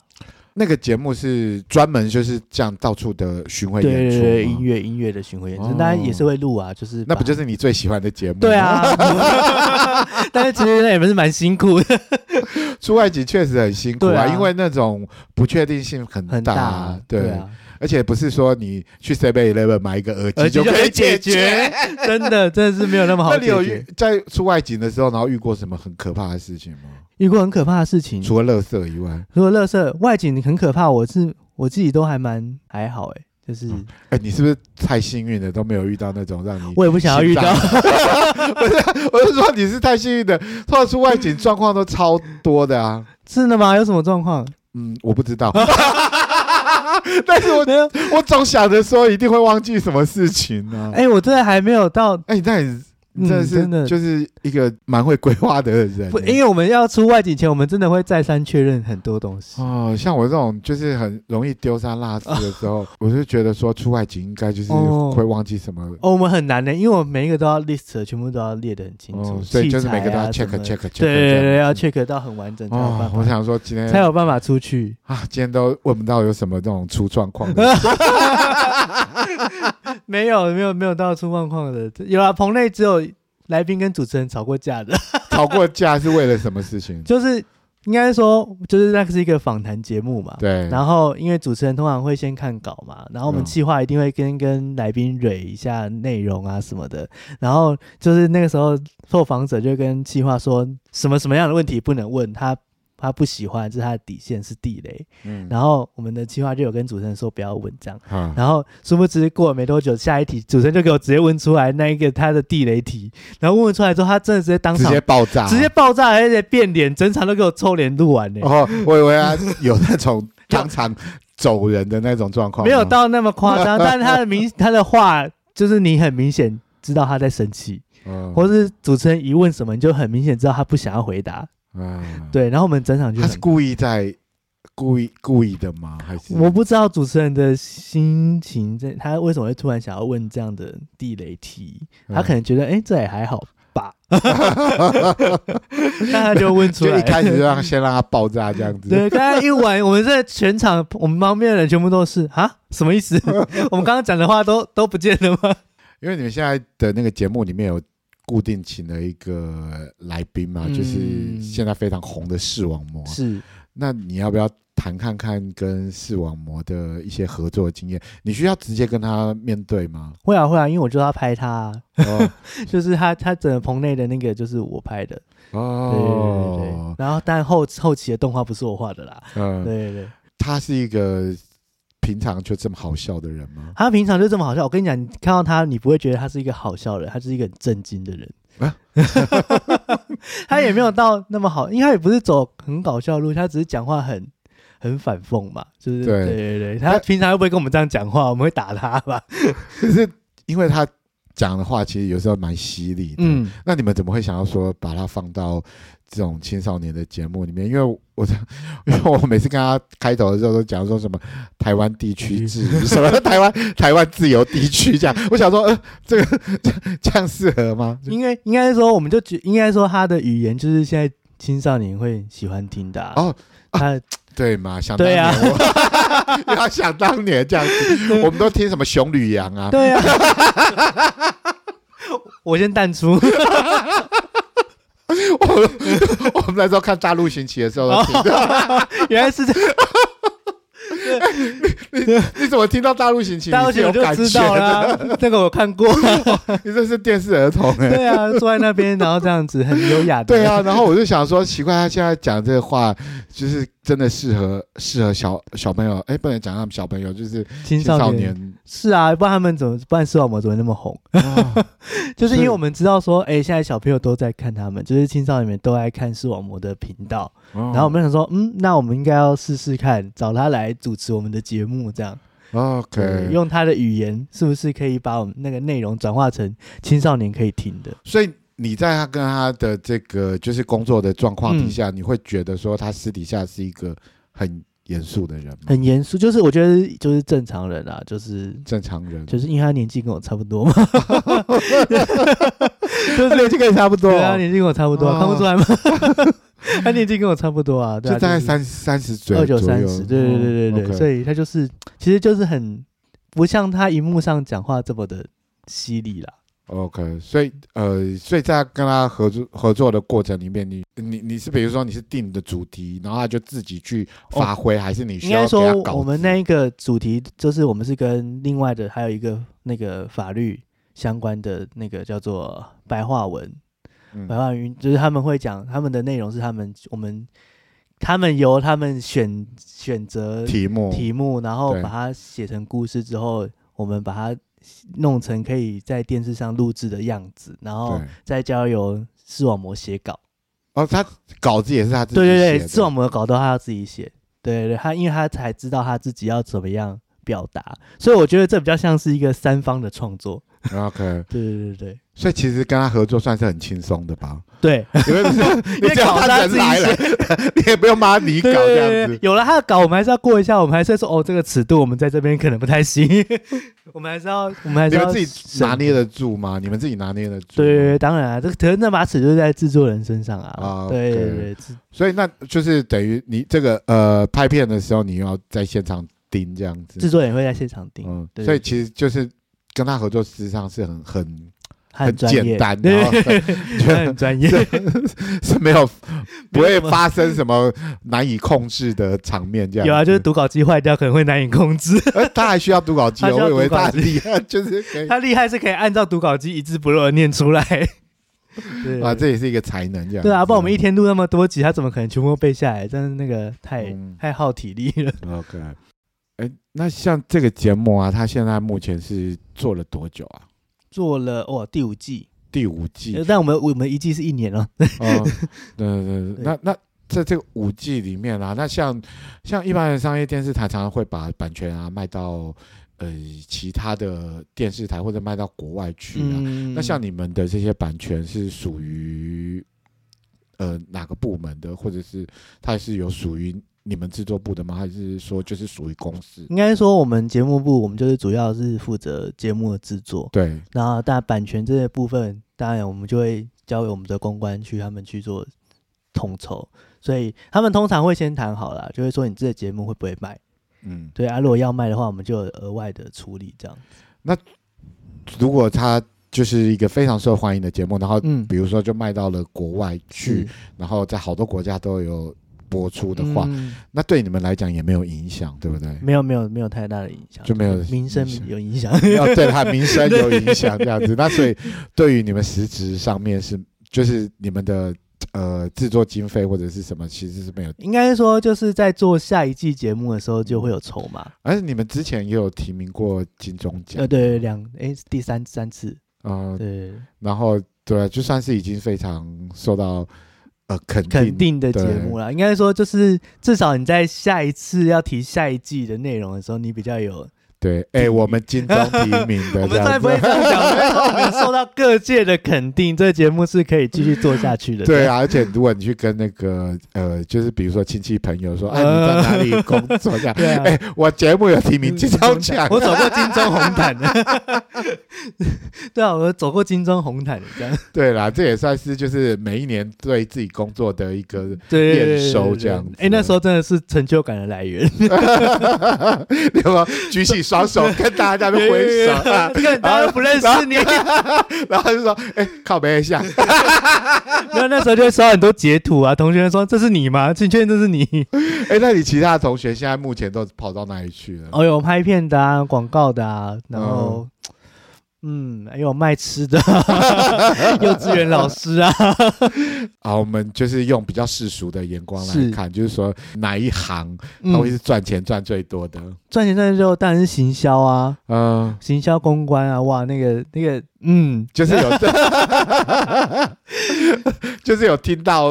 Speaker 2: 那个节目是专门就是这样到处的巡回
Speaker 3: 对
Speaker 2: 演出
Speaker 3: 对
Speaker 2: 吗，
Speaker 3: 对，音乐音乐的巡回演出，
Speaker 2: 哦
Speaker 3: 当然也是会录啊，就是
Speaker 2: 那不
Speaker 3: 把
Speaker 2: 就是你最喜欢的节目？
Speaker 3: 对，啊， 但是其实那也不是蛮辛苦的，
Speaker 2: 出外景确实很辛苦
Speaker 3: 对
Speaker 2: 啊，
Speaker 3: 啊
Speaker 2: 因为那种不确定性很
Speaker 3: 很
Speaker 2: 大
Speaker 3: 大
Speaker 2: 啊，，对，
Speaker 3: 啊，
Speaker 2: 而且不是说你去 Seven Eleven 买一个耳
Speaker 3: 而
Speaker 2: 机就可以解决。
Speaker 3: 决，真的真的是没有那么好
Speaker 2: 那
Speaker 3: 解
Speaker 2: 你有
Speaker 3: 决
Speaker 2: 遇。在出外景的时候，然后遇过什么很可怕的事情吗？
Speaker 3: 遇过很可怕的事情，
Speaker 2: 除了垃圾以外，
Speaker 3: 除了乐色外景很可怕，我是我自己都还蛮还好哎，就是
Speaker 2: 哎，你是不是太幸运了，都没有遇到那种让你
Speaker 3: 我也不想要遇到，
Speaker 2: 心脏不是，我是说你是太幸运的，通常出外景状况都超多的啊。
Speaker 3: 真的吗？有什么状况？
Speaker 2: 嗯，我不知道， 但是我
Speaker 3: 没有，
Speaker 2: 我总想着说一定会忘记什么事情呢、
Speaker 3: 哎，我真的还没有到，
Speaker 2: 哎、你那你你真的
Speaker 3: 嗯，
Speaker 2: 是、
Speaker 3: 真的。
Speaker 2: 就是一个蛮会规划的人
Speaker 3: 不，
Speaker 2: 欸、
Speaker 3: 因为我们要出外景前，我们真的会再三确认很多东西。
Speaker 2: 哦，像我这种就是很容易丢三落四的时候，我就觉得说出外景应该就是
Speaker 3: 哦
Speaker 2: 会忘记什么。
Speaker 3: 哦，我们很难的，因为我们每一个都要 list，全部都要列得很清楚，
Speaker 2: 哦，所以就是
Speaker 3: 器材
Speaker 2: 每个都要
Speaker 3: 啊
Speaker 2: check
Speaker 3: 什么
Speaker 2: check check，
Speaker 3: 对对对
Speaker 2: check
Speaker 3: 对，要 check 到很完整才有
Speaker 2: 嗯哦
Speaker 3: 办，
Speaker 2: 我
Speaker 3: 法，
Speaker 2: 想说今天
Speaker 3: 才有办法出去。
Speaker 2: 啊，今天都问不到有什么这种出状况的。
Speaker 3: 没有没有没有到出状况的，有啊，棚内只有来宾跟主持人吵过架的，
Speaker 2: 吵过架是为了什么事情？
Speaker 3: 就是应该说就是那个是一个访谈节目嘛。
Speaker 2: 对，
Speaker 3: 然后，因为主持人通常会先看稿嘛，然后我们
Speaker 2: 嗯
Speaker 3: 企划一定会跟跟来宾蕊一下内容啊什么的。然后就是那个时候，受访者就跟企划说什么什么样的问题不能问，他他不喜欢，这是他的底线，是地雷。
Speaker 2: 嗯，
Speaker 3: 然后我们的企划就有跟主持人说不要问这样，
Speaker 2: 好，
Speaker 3: 然后殊不知过了没多久，下一题主持人就给我直接问出来那一个他的地雷题，然后问出来之后，他真的直接当
Speaker 2: 直
Speaker 3: 场
Speaker 2: 接爆炸，
Speaker 3: 直接爆炸，而且变脸，整场都给我臭脸录完呢、
Speaker 2: 哦，我以为他有那种当场走人的那种状况，
Speaker 3: 没有。到那么 夸张，但是他的明他的话就是你很明显知道他在生气，
Speaker 2: 嗯
Speaker 3: 或是主持人一问什么，你就很明显知道他不想要回答。
Speaker 2: 嗯，
Speaker 3: 对，然后我们整场就
Speaker 2: 他是
Speaker 3: 很。
Speaker 2: 故意在故意故意的吗？还是
Speaker 3: 我不知道主持人的心情，在他为什么会突然想要问这样的地雷题？
Speaker 2: 嗯
Speaker 3: 他可能觉得，哎、这也还好 吧，那他就问出
Speaker 2: 就
Speaker 3: 来
Speaker 2: 一。开始就让先让他爆炸这样子。
Speaker 3: 对，刚才一玩，我们在全场， 我们旁边的人全部都是啊，什么意思？我们刚刚讲的话都都不见了吗？
Speaker 2: 因为你们现在的那个节目里面有固定请了一个来宾嘛，
Speaker 3: 嗯
Speaker 2: 就是现在非常红的视网膜。
Speaker 3: 是
Speaker 2: 那你要不要谈看看跟视网膜的一些合作经验？你需要直接跟他面对 吗？
Speaker 3: 会啊会啊，因为我就要拍他 啊，
Speaker 2: 哦
Speaker 3: 就是他他整个棚内的那个就是我拍的，对对对对对
Speaker 2: 哦，，
Speaker 3: 然后但后后期的动画不是我画的啦，对
Speaker 2: 嗯，
Speaker 3: 对对，
Speaker 2: 他是一个平常就这么好笑的人吗？
Speaker 3: 他平常就这么好笑，我跟你讲，你看到他你不会觉得他是一个好笑的人，他是一个很震惊的人。
Speaker 2: 啊
Speaker 3: 他也没有到那么好，因为他也不是走很搞笑的路，他只是讲话很很反讽嘛，就是
Speaker 2: 对
Speaker 3: 对对对。他平常会不会跟我们这样讲话？我们会打他吧？
Speaker 2: 可是因为他讲的话，其实有时候蛮犀利的。
Speaker 3: 嗯，
Speaker 2: 那你们怎么会想要说把它放到这种青少年的节目里面？因为我 的，因为我每次跟他开头的时候都讲说什么台湾地区自由，什么 台湾台湾自由地区这样，我想说，呃，这个这这样适合吗？
Speaker 3: 应该应该说，我们就觉应该说他的语言就是现在青少年会喜欢听的、啊。
Speaker 2: 哦，
Speaker 3: 他
Speaker 2: 对嘛，想当
Speaker 3: 对
Speaker 2: 年
Speaker 3: 啊
Speaker 2: 我， 因为他想当年这样子，我们都听什么熊旅羊啊，
Speaker 3: 对啊， 我先 淡出。
Speaker 2: 我们我们那时候看大陆行棋的时候都听到，
Speaker 3: 原来是这样，
Speaker 2: 你怎么听到大陆行棋？
Speaker 3: 大
Speaker 2: 你
Speaker 3: 家
Speaker 2: 是有
Speaker 3: 我就
Speaker 2: 感
Speaker 3: 知
Speaker 2: 觉
Speaker 3: 道
Speaker 2: 的，
Speaker 3: 啦。这个我看过，
Speaker 2: 你这是电视儿童哎、
Speaker 3: 对啊，坐在那边，然后这样子很优雅的。
Speaker 2: 对啊，然后我就想说，奇怪，他现在讲这个话，就是真的适合适合小小朋友，哎，不能讲他们小朋友，就是
Speaker 3: 青
Speaker 2: 青少
Speaker 3: 少
Speaker 2: 年
Speaker 3: 年。是啊，不然他们怎么，不然视网膜怎么那么红？
Speaker 2: 哦
Speaker 3: 就是因为
Speaker 2: 是
Speaker 3: 我们知道说，哎、现在小朋友都在看他们，就是青少年们都爱看视网膜的频道。
Speaker 2: 哦
Speaker 3: 然后我们想说，嗯，那我们应该要试试看，找他来主持我们的节目，这样，
Speaker 2: OK，
Speaker 3: 用他的语言，是不是可以把我们那个内容转化成青少年可以听的？
Speaker 2: 所以你在他跟他的这个就是工作的状况底
Speaker 3: 嗯
Speaker 2: 下，你会觉得说他私底下是一个很严肃的人吗？
Speaker 3: 很严肃，就是我觉得就是正常人啊，就是
Speaker 2: 正常人，
Speaker 3: 就是因为他年纪跟我差不 多嘛，就是
Speaker 2: 年纪跟你差不多
Speaker 3: 对啊，年纪跟我差不多
Speaker 2: 哦
Speaker 3: 啊、看不出来吗？ 他年纪跟我差不多啊，对
Speaker 2: 就
Speaker 3: 啊，
Speaker 2: 大概三三十岁
Speaker 3: 二
Speaker 2: 左
Speaker 3: 九
Speaker 2: 右，哦
Speaker 3: 三十，对对对对对，所
Speaker 2: 以
Speaker 3: 以他就是其实就是很不像他荧幕上讲话这么的犀利啦。
Speaker 2: OK，所以呃，所以在跟他合作合作的过程里面，你你你是比如说你是定的主题，然后他就自己去发挥，还是你需
Speaker 3: 哦应
Speaker 2: 要
Speaker 3: 该
Speaker 2: 给他
Speaker 3: 说
Speaker 2: 稿
Speaker 3: 我们
Speaker 2: 子
Speaker 3: 那一个主题就是我们是跟另外的还有一个那个法律相关的那个叫做白话文，
Speaker 2: 嗯
Speaker 3: 白话文就是他们会讲他们的内容是他们我们他们由他们选选择
Speaker 2: 题目
Speaker 3: 题目，然后
Speaker 2: 对
Speaker 3: 把它写成故事之后，我们把它弄成可以在电视上录制的样子，然后
Speaker 2: 对
Speaker 3: 再交由视网膜写稿。
Speaker 2: 哦，他稿子也是他自己
Speaker 3: 对对
Speaker 2: 写
Speaker 3: 对，
Speaker 2: 的
Speaker 3: 视网膜稿都他要自己写。对对对，他因为他才知道他自己要怎么样表达，所以我觉得这比较像是一个三方的创作。
Speaker 2: OK，
Speaker 3: 对对对对
Speaker 2: 所以其实跟他合作算是很轻松的 吧？
Speaker 3: 对，
Speaker 2: 因为你
Speaker 3: 因为
Speaker 2: 只要
Speaker 3: 稿
Speaker 2: 他
Speaker 3: 他
Speaker 2: 人
Speaker 3: 自己
Speaker 2: 来了，你也不用把他拟稿
Speaker 3: 对对
Speaker 2: 这
Speaker 3: 对
Speaker 2: 样
Speaker 3: 对
Speaker 2: 子。
Speaker 3: 有了他的稿，我们还是要过一下，我们还是要说哦，这个尺度我们在这边可能不太行，我们还是要我们还
Speaker 2: 你
Speaker 3: 是
Speaker 2: 们
Speaker 3: 要
Speaker 2: 自己拿
Speaker 3: 审
Speaker 2: 捏得住吗？你们自己拿捏得住？
Speaker 3: 对对对，。当然啊，这个可是那把尺就是在制作人身上啊。
Speaker 2: 啊
Speaker 3: 对
Speaker 2: OK
Speaker 3: 对对，制
Speaker 2: 所以那就是等于你这个呃拍片的时候，你要在现场盯这样子。
Speaker 3: 制作人会在现场盯，
Speaker 2: 嗯，
Speaker 3: 对
Speaker 2: 所以
Speaker 3: 对
Speaker 2: 其实就是跟他合作，事实上是很很
Speaker 3: 他很专
Speaker 2: 简
Speaker 3: 业，
Speaker 2: 单，
Speaker 3: 对
Speaker 2: 然后
Speaker 3: 他
Speaker 2: 就
Speaker 3: 很专业。
Speaker 2: 是没有不
Speaker 3: 没有
Speaker 2: 会
Speaker 3: 什么
Speaker 2: 发生什么难以控制的场面这样子。
Speaker 3: 有啊，就是读稿机坏掉，可能会难以控制。
Speaker 2: 呃，他还需要读稿机哦，
Speaker 3: 他需要
Speaker 2: 我以为
Speaker 3: 读稿
Speaker 2: 他
Speaker 3: 机
Speaker 2: 很厉害，就是可以
Speaker 3: 他厉害是可以按照读稿机一字不漏的念 出来。对
Speaker 2: 啊，这也是一个才能这样子。
Speaker 3: 对啊，不然我们一天录那么多集，他怎么可能全部背下来？但是那个太
Speaker 2: 嗯
Speaker 3: 太耗体力了。
Speaker 2: OK。哎，那像这个节目啊，他现在目前是做了多久啊？
Speaker 3: 做了哦第五季，
Speaker 2: 第五季
Speaker 3: 呃，但我们我们一季是一年 哦。
Speaker 2: 哦，对对对，
Speaker 3: 对
Speaker 2: 那那在这个五 G 里面啊，那像像一般的商业电视台常常会把版权啊卖到呃其他的电视台或者卖到国外去啊。
Speaker 3: 嗯
Speaker 2: 那像你们的这些版权是属于呃哪个部门的，或者是它是有属于你们制作部的吗？还是说就是属于公司？
Speaker 3: 应该说我们节目部，我们就是主要是负责节目的制作。
Speaker 2: 对，
Speaker 3: 然后，但版权这些部分，当然我们就会交给我们的公关去他们去做统筹，所以他们通常会先谈好了，就会说你这个节目会不会卖？
Speaker 2: 嗯，
Speaker 3: 对啊，如果要卖的话，我们就有额外的处理这样。
Speaker 2: 如果它就是一个非常受欢迎的节目，然后
Speaker 3: 嗯
Speaker 2: 比如说就卖到了国外呃去，
Speaker 3: 是
Speaker 2: 然后在好多国家都有播出的话，
Speaker 3: 嗯
Speaker 2: 那对你们来讲也没有影响，对不对？
Speaker 3: 没有没有没有太大的影响，
Speaker 2: 就没有
Speaker 3: 民生
Speaker 2: 影响
Speaker 3: 有影响。
Speaker 2: 要对他名声有影响，这样子。那所以对于你们实质上面是，就是你们的呃制作经费或者是什么，其实是没有。
Speaker 3: 应该说就是在做下一季节目的时候就会有筹码。
Speaker 2: 而且你们之前也有提名过金钟奖
Speaker 3: 呃，，对，两哎是第三三次，
Speaker 2: 呃，
Speaker 3: 对，
Speaker 2: 然后对，啊就算是已经非常受到呃肯定
Speaker 3: 肯定的节目啦。应该说就是至少你在下一次要提下一季的内容的时候，你比较有。
Speaker 2: 对，哎、我们金钟提名的
Speaker 3: 我
Speaker 2: 这
Speaker 3: 们再
Speaker 2: 样
Speaker 3: 不会
Speaker 2: 子。
Speaker 3: 这样讲， 我们说我们受到各界的肯定，这个节目是可以继续做下去的。
Speaker 2: 对啊，而且如果你去跟那个呃，就是比如说亲戚朋友说，哎、你在哪里工作？这样，
Speaker 3: 呃 对啊嗯
Speaker 2: 哎、我节目有提名金钟奖，
Speaker 3: 我走过金钟红毯 的，对啊，我走过金钟红毯的，这样
Speaker 2: 对啦，这也算是就是每一年对自己工作的一 个，
Speaker 3: 对对对
Speaker 2: 验收这样子
Speaker 3: 哎，那时候真的是成就感的来源，
Speaker 2: 那么举起双手跟大家的挥 手，啊
Speaker 3: 看大家都不认识你，
Speaker 2: 然后就说：“哎，靠背一下。
Speaker 3: 然后那时候就会收到很多截图啊，同学说这是你吗？请确认这 是你？”
Speaker 2: 哎，那你其他的同学现在目前都跑到哪里去了？
Speaker 3: 哦，有拍片的啊，广告的啊，然后。嗯，还有卖吃的、啊 幼稚园老师啊，
Speaker 2: 啊，我们就是用比较世俗的眼光来
Speaker 3: 是
Speaker 2: 看，就是说哪一行它会
Speaker 3: 嗯，
Speaker 2: 是赚钱赚最多的？
Speaker 3: 赚钱赚的时候当然是行销啊，
Speaker 2: 嗯，
Speaker 3: 行销公关啊，哇，那个那个，嗯，
Speaker 2: 就是 有， 就是有听到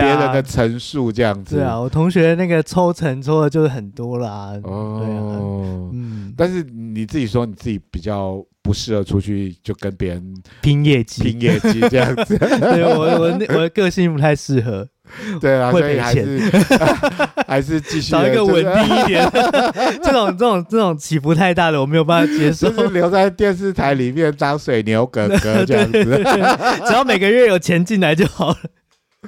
Speaker 2: 别
Speaker 3: 啊，
Speaker 2: 人的陈述这样子。
Speaker 3: 对啊，我同学那个抽成抽的就是很多了啊。
Speaker 2: 哦，
Speaker 3: 嗯，
Speaker 2: 但是你自己说你自己比较不适合出去，就跟别人
Speaker 3: 拼业绩，
Speaker 2: 拼业绩这样 子，
Speaker 3: 对我我那我的个性不太适合，
Speaker 2: 对啊，
Speaker 3: 会
Speaker 2: 所以
Speaker 3: 赔
Speaker 2: 还是 还 是继续
Speaker 3: 找一个
Speaker 2: 就是
Speaker 3: 稳定一点，这种这种这种起伏太大了，我没有办法接 受
Speaker 2: 就。 是留在电视台里面当水牛哥哥这样 子。
Speaker 3: 只要每个月有钱进来就好了。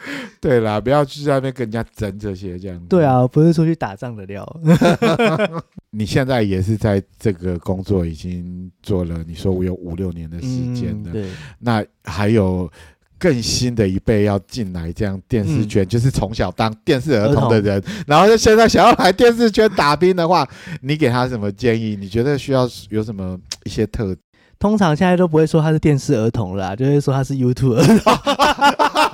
Speaker 2: 对啦，不要去那边跟人家争这些这样子。
Speaker 3: 对，啊，不是出去打仗的料。
Speaker 2: 你现在也是在这个工作已经做了，你说我有五六年的时间
Speaker 3: 嗯
Speaker 2: 了，
Speaker 3: 对，
Speaker 2: 那还有。更新的一辈要进来，这样电视圈、就是从小当电视儿童的人，然后就现在想要来电视圈打拼的话，你给他什么建议？你觉得需要有什么一些特
Speaker 3: 通常现在都不会说他是电视儿童了啊，就会说他是 YouTube 儿童。
Speaker 2: 对对对对对
Speaker 3: 啊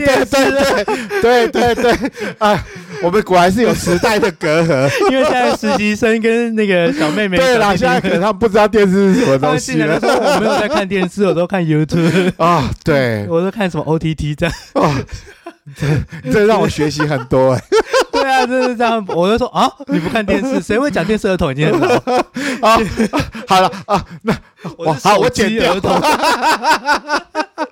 Speaker 2: 对对对对啊！我们果然是有时代的隔阂。
Speaker 3: 因为现在实习生跟那个小妹妹、
Speaker 2: 对啦，现
Speaker 3: 小
Speaker 2: 在
Speaker 3: 弟
Speaker 2: 可
Speaker 3: 弟
Speaker 2: 能他们不知道电视是什么
Speaker 3: 他
Speaker 2: 东
Speaker 3: 们
Speaker 2: 西
Speaker 3: 进来
Speaker 2: 了
Speaker 3: 都说我没有在看电视，我都看 YouTube，
Speaker 2: 啊！对，
Speaker 3: 我都看什么 OTT 这样。
Speaker 2: 哦，这这让我学习很多 哎
Speaker 3: 对啊，真的是这样。我就说啊，你不看电视，谁会讲电视儿童已经很老？
Speaker 2: 啊！好了啊，
Speaker 3: 我是
Speaker 2: 好我
Speaker 3: 手
Speaker 2: 剪
Speaker 3: 机
Speaker 2: 掉
Speaker 3: 儿童。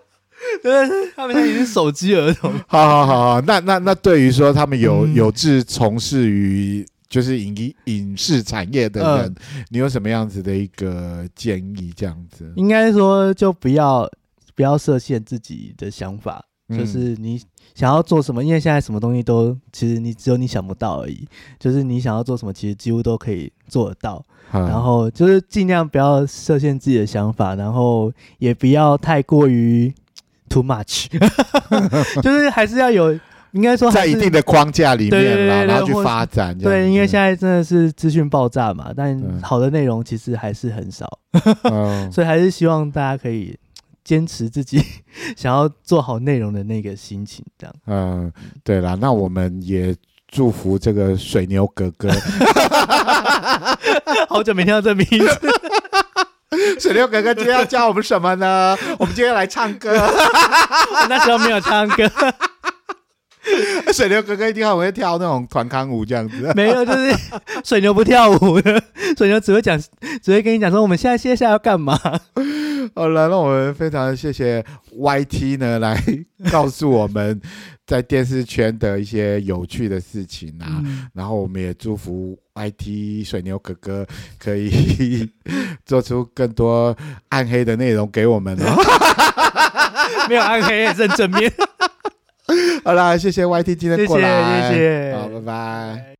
Speaker 3: 对，他们现在已经是手机儿童。
Speaker 2: 好好好好，那那那对于说他们有
Speaker 3: 嗯
Speaker 2: 有志从事于就是影影视产业的人，
Speaker 3: 嗯
Speaker 2: 你有什么样子的一个建议？这样子，
Speaker 3: 应该说，就不要不要设限自己的想法，
Speaker 2: 嗯
Speaker 3: 就是你想要做什么，因为现在什么东西都其实你只有你想不到而已。就是你想要做什么，其实几乎都可以做得到。然
Speaker 2: 然
Speaker 3: 后就是尽量不要设限自己的想法，然后也不要太过于 too much，就是还是要有，应该说还
Speaker 2: 在
Speaker 3: 是
Speaker 2: 一定的框架里
Speaker 3: 对对
Speaker 2: 面啦，
Speaker 3: 对对
Speaker 2: 然后去
Speaker 3: 或是
Speaker 2: 发展这样子。
Speaker 3: 对，因为现在真的是资讯爆炸嘛，但
Speaker 2: 嗯
Speaker 3: 好的内容其实还是很少，
Speaker 2: 嗯
Speaker 3: 所以还是希望大家可以坚持自己 想要做好内容的那个心情，这样。
Speaker 2: 嗯，对啦，那我们也祝福这个水牛哥 哥，
Speaker 3: 好久没听到这名字，
Speaker 2: 水牛哥哥今天要教我们什么呢？我们今天来唱歌，
Speaker 3: 那时候没有唱歌，
Speaker 2: 水牛哥哥一定很会跳那种团康舞这样子。
Speaker 3: 没有，就是水牛不跳舞的，水牛只会讲，只会跟你讲说我们现在接下来要干嘛。
Speaker 2: 好了，那我们非常谢谢 YT 呢来告诉我们在电视圈的一些有趣的事 情啊。
Speaker 3: 嗯
Speaker 2: 然后我们也祝福 YT 水牛哥哥可以 做出更多暗黑的内容给我们 哦。
Speaker 3: 没有暗黑，认正面。
Speaker 2: 好啦，谢谢 YT 今
Speaker 3: 谢
Speaker 2: 天
Speaker 3: 谢，
Speaker 2: 过来，
Speaker 3: 谢谢，
Speaker 2: 好，拜拜。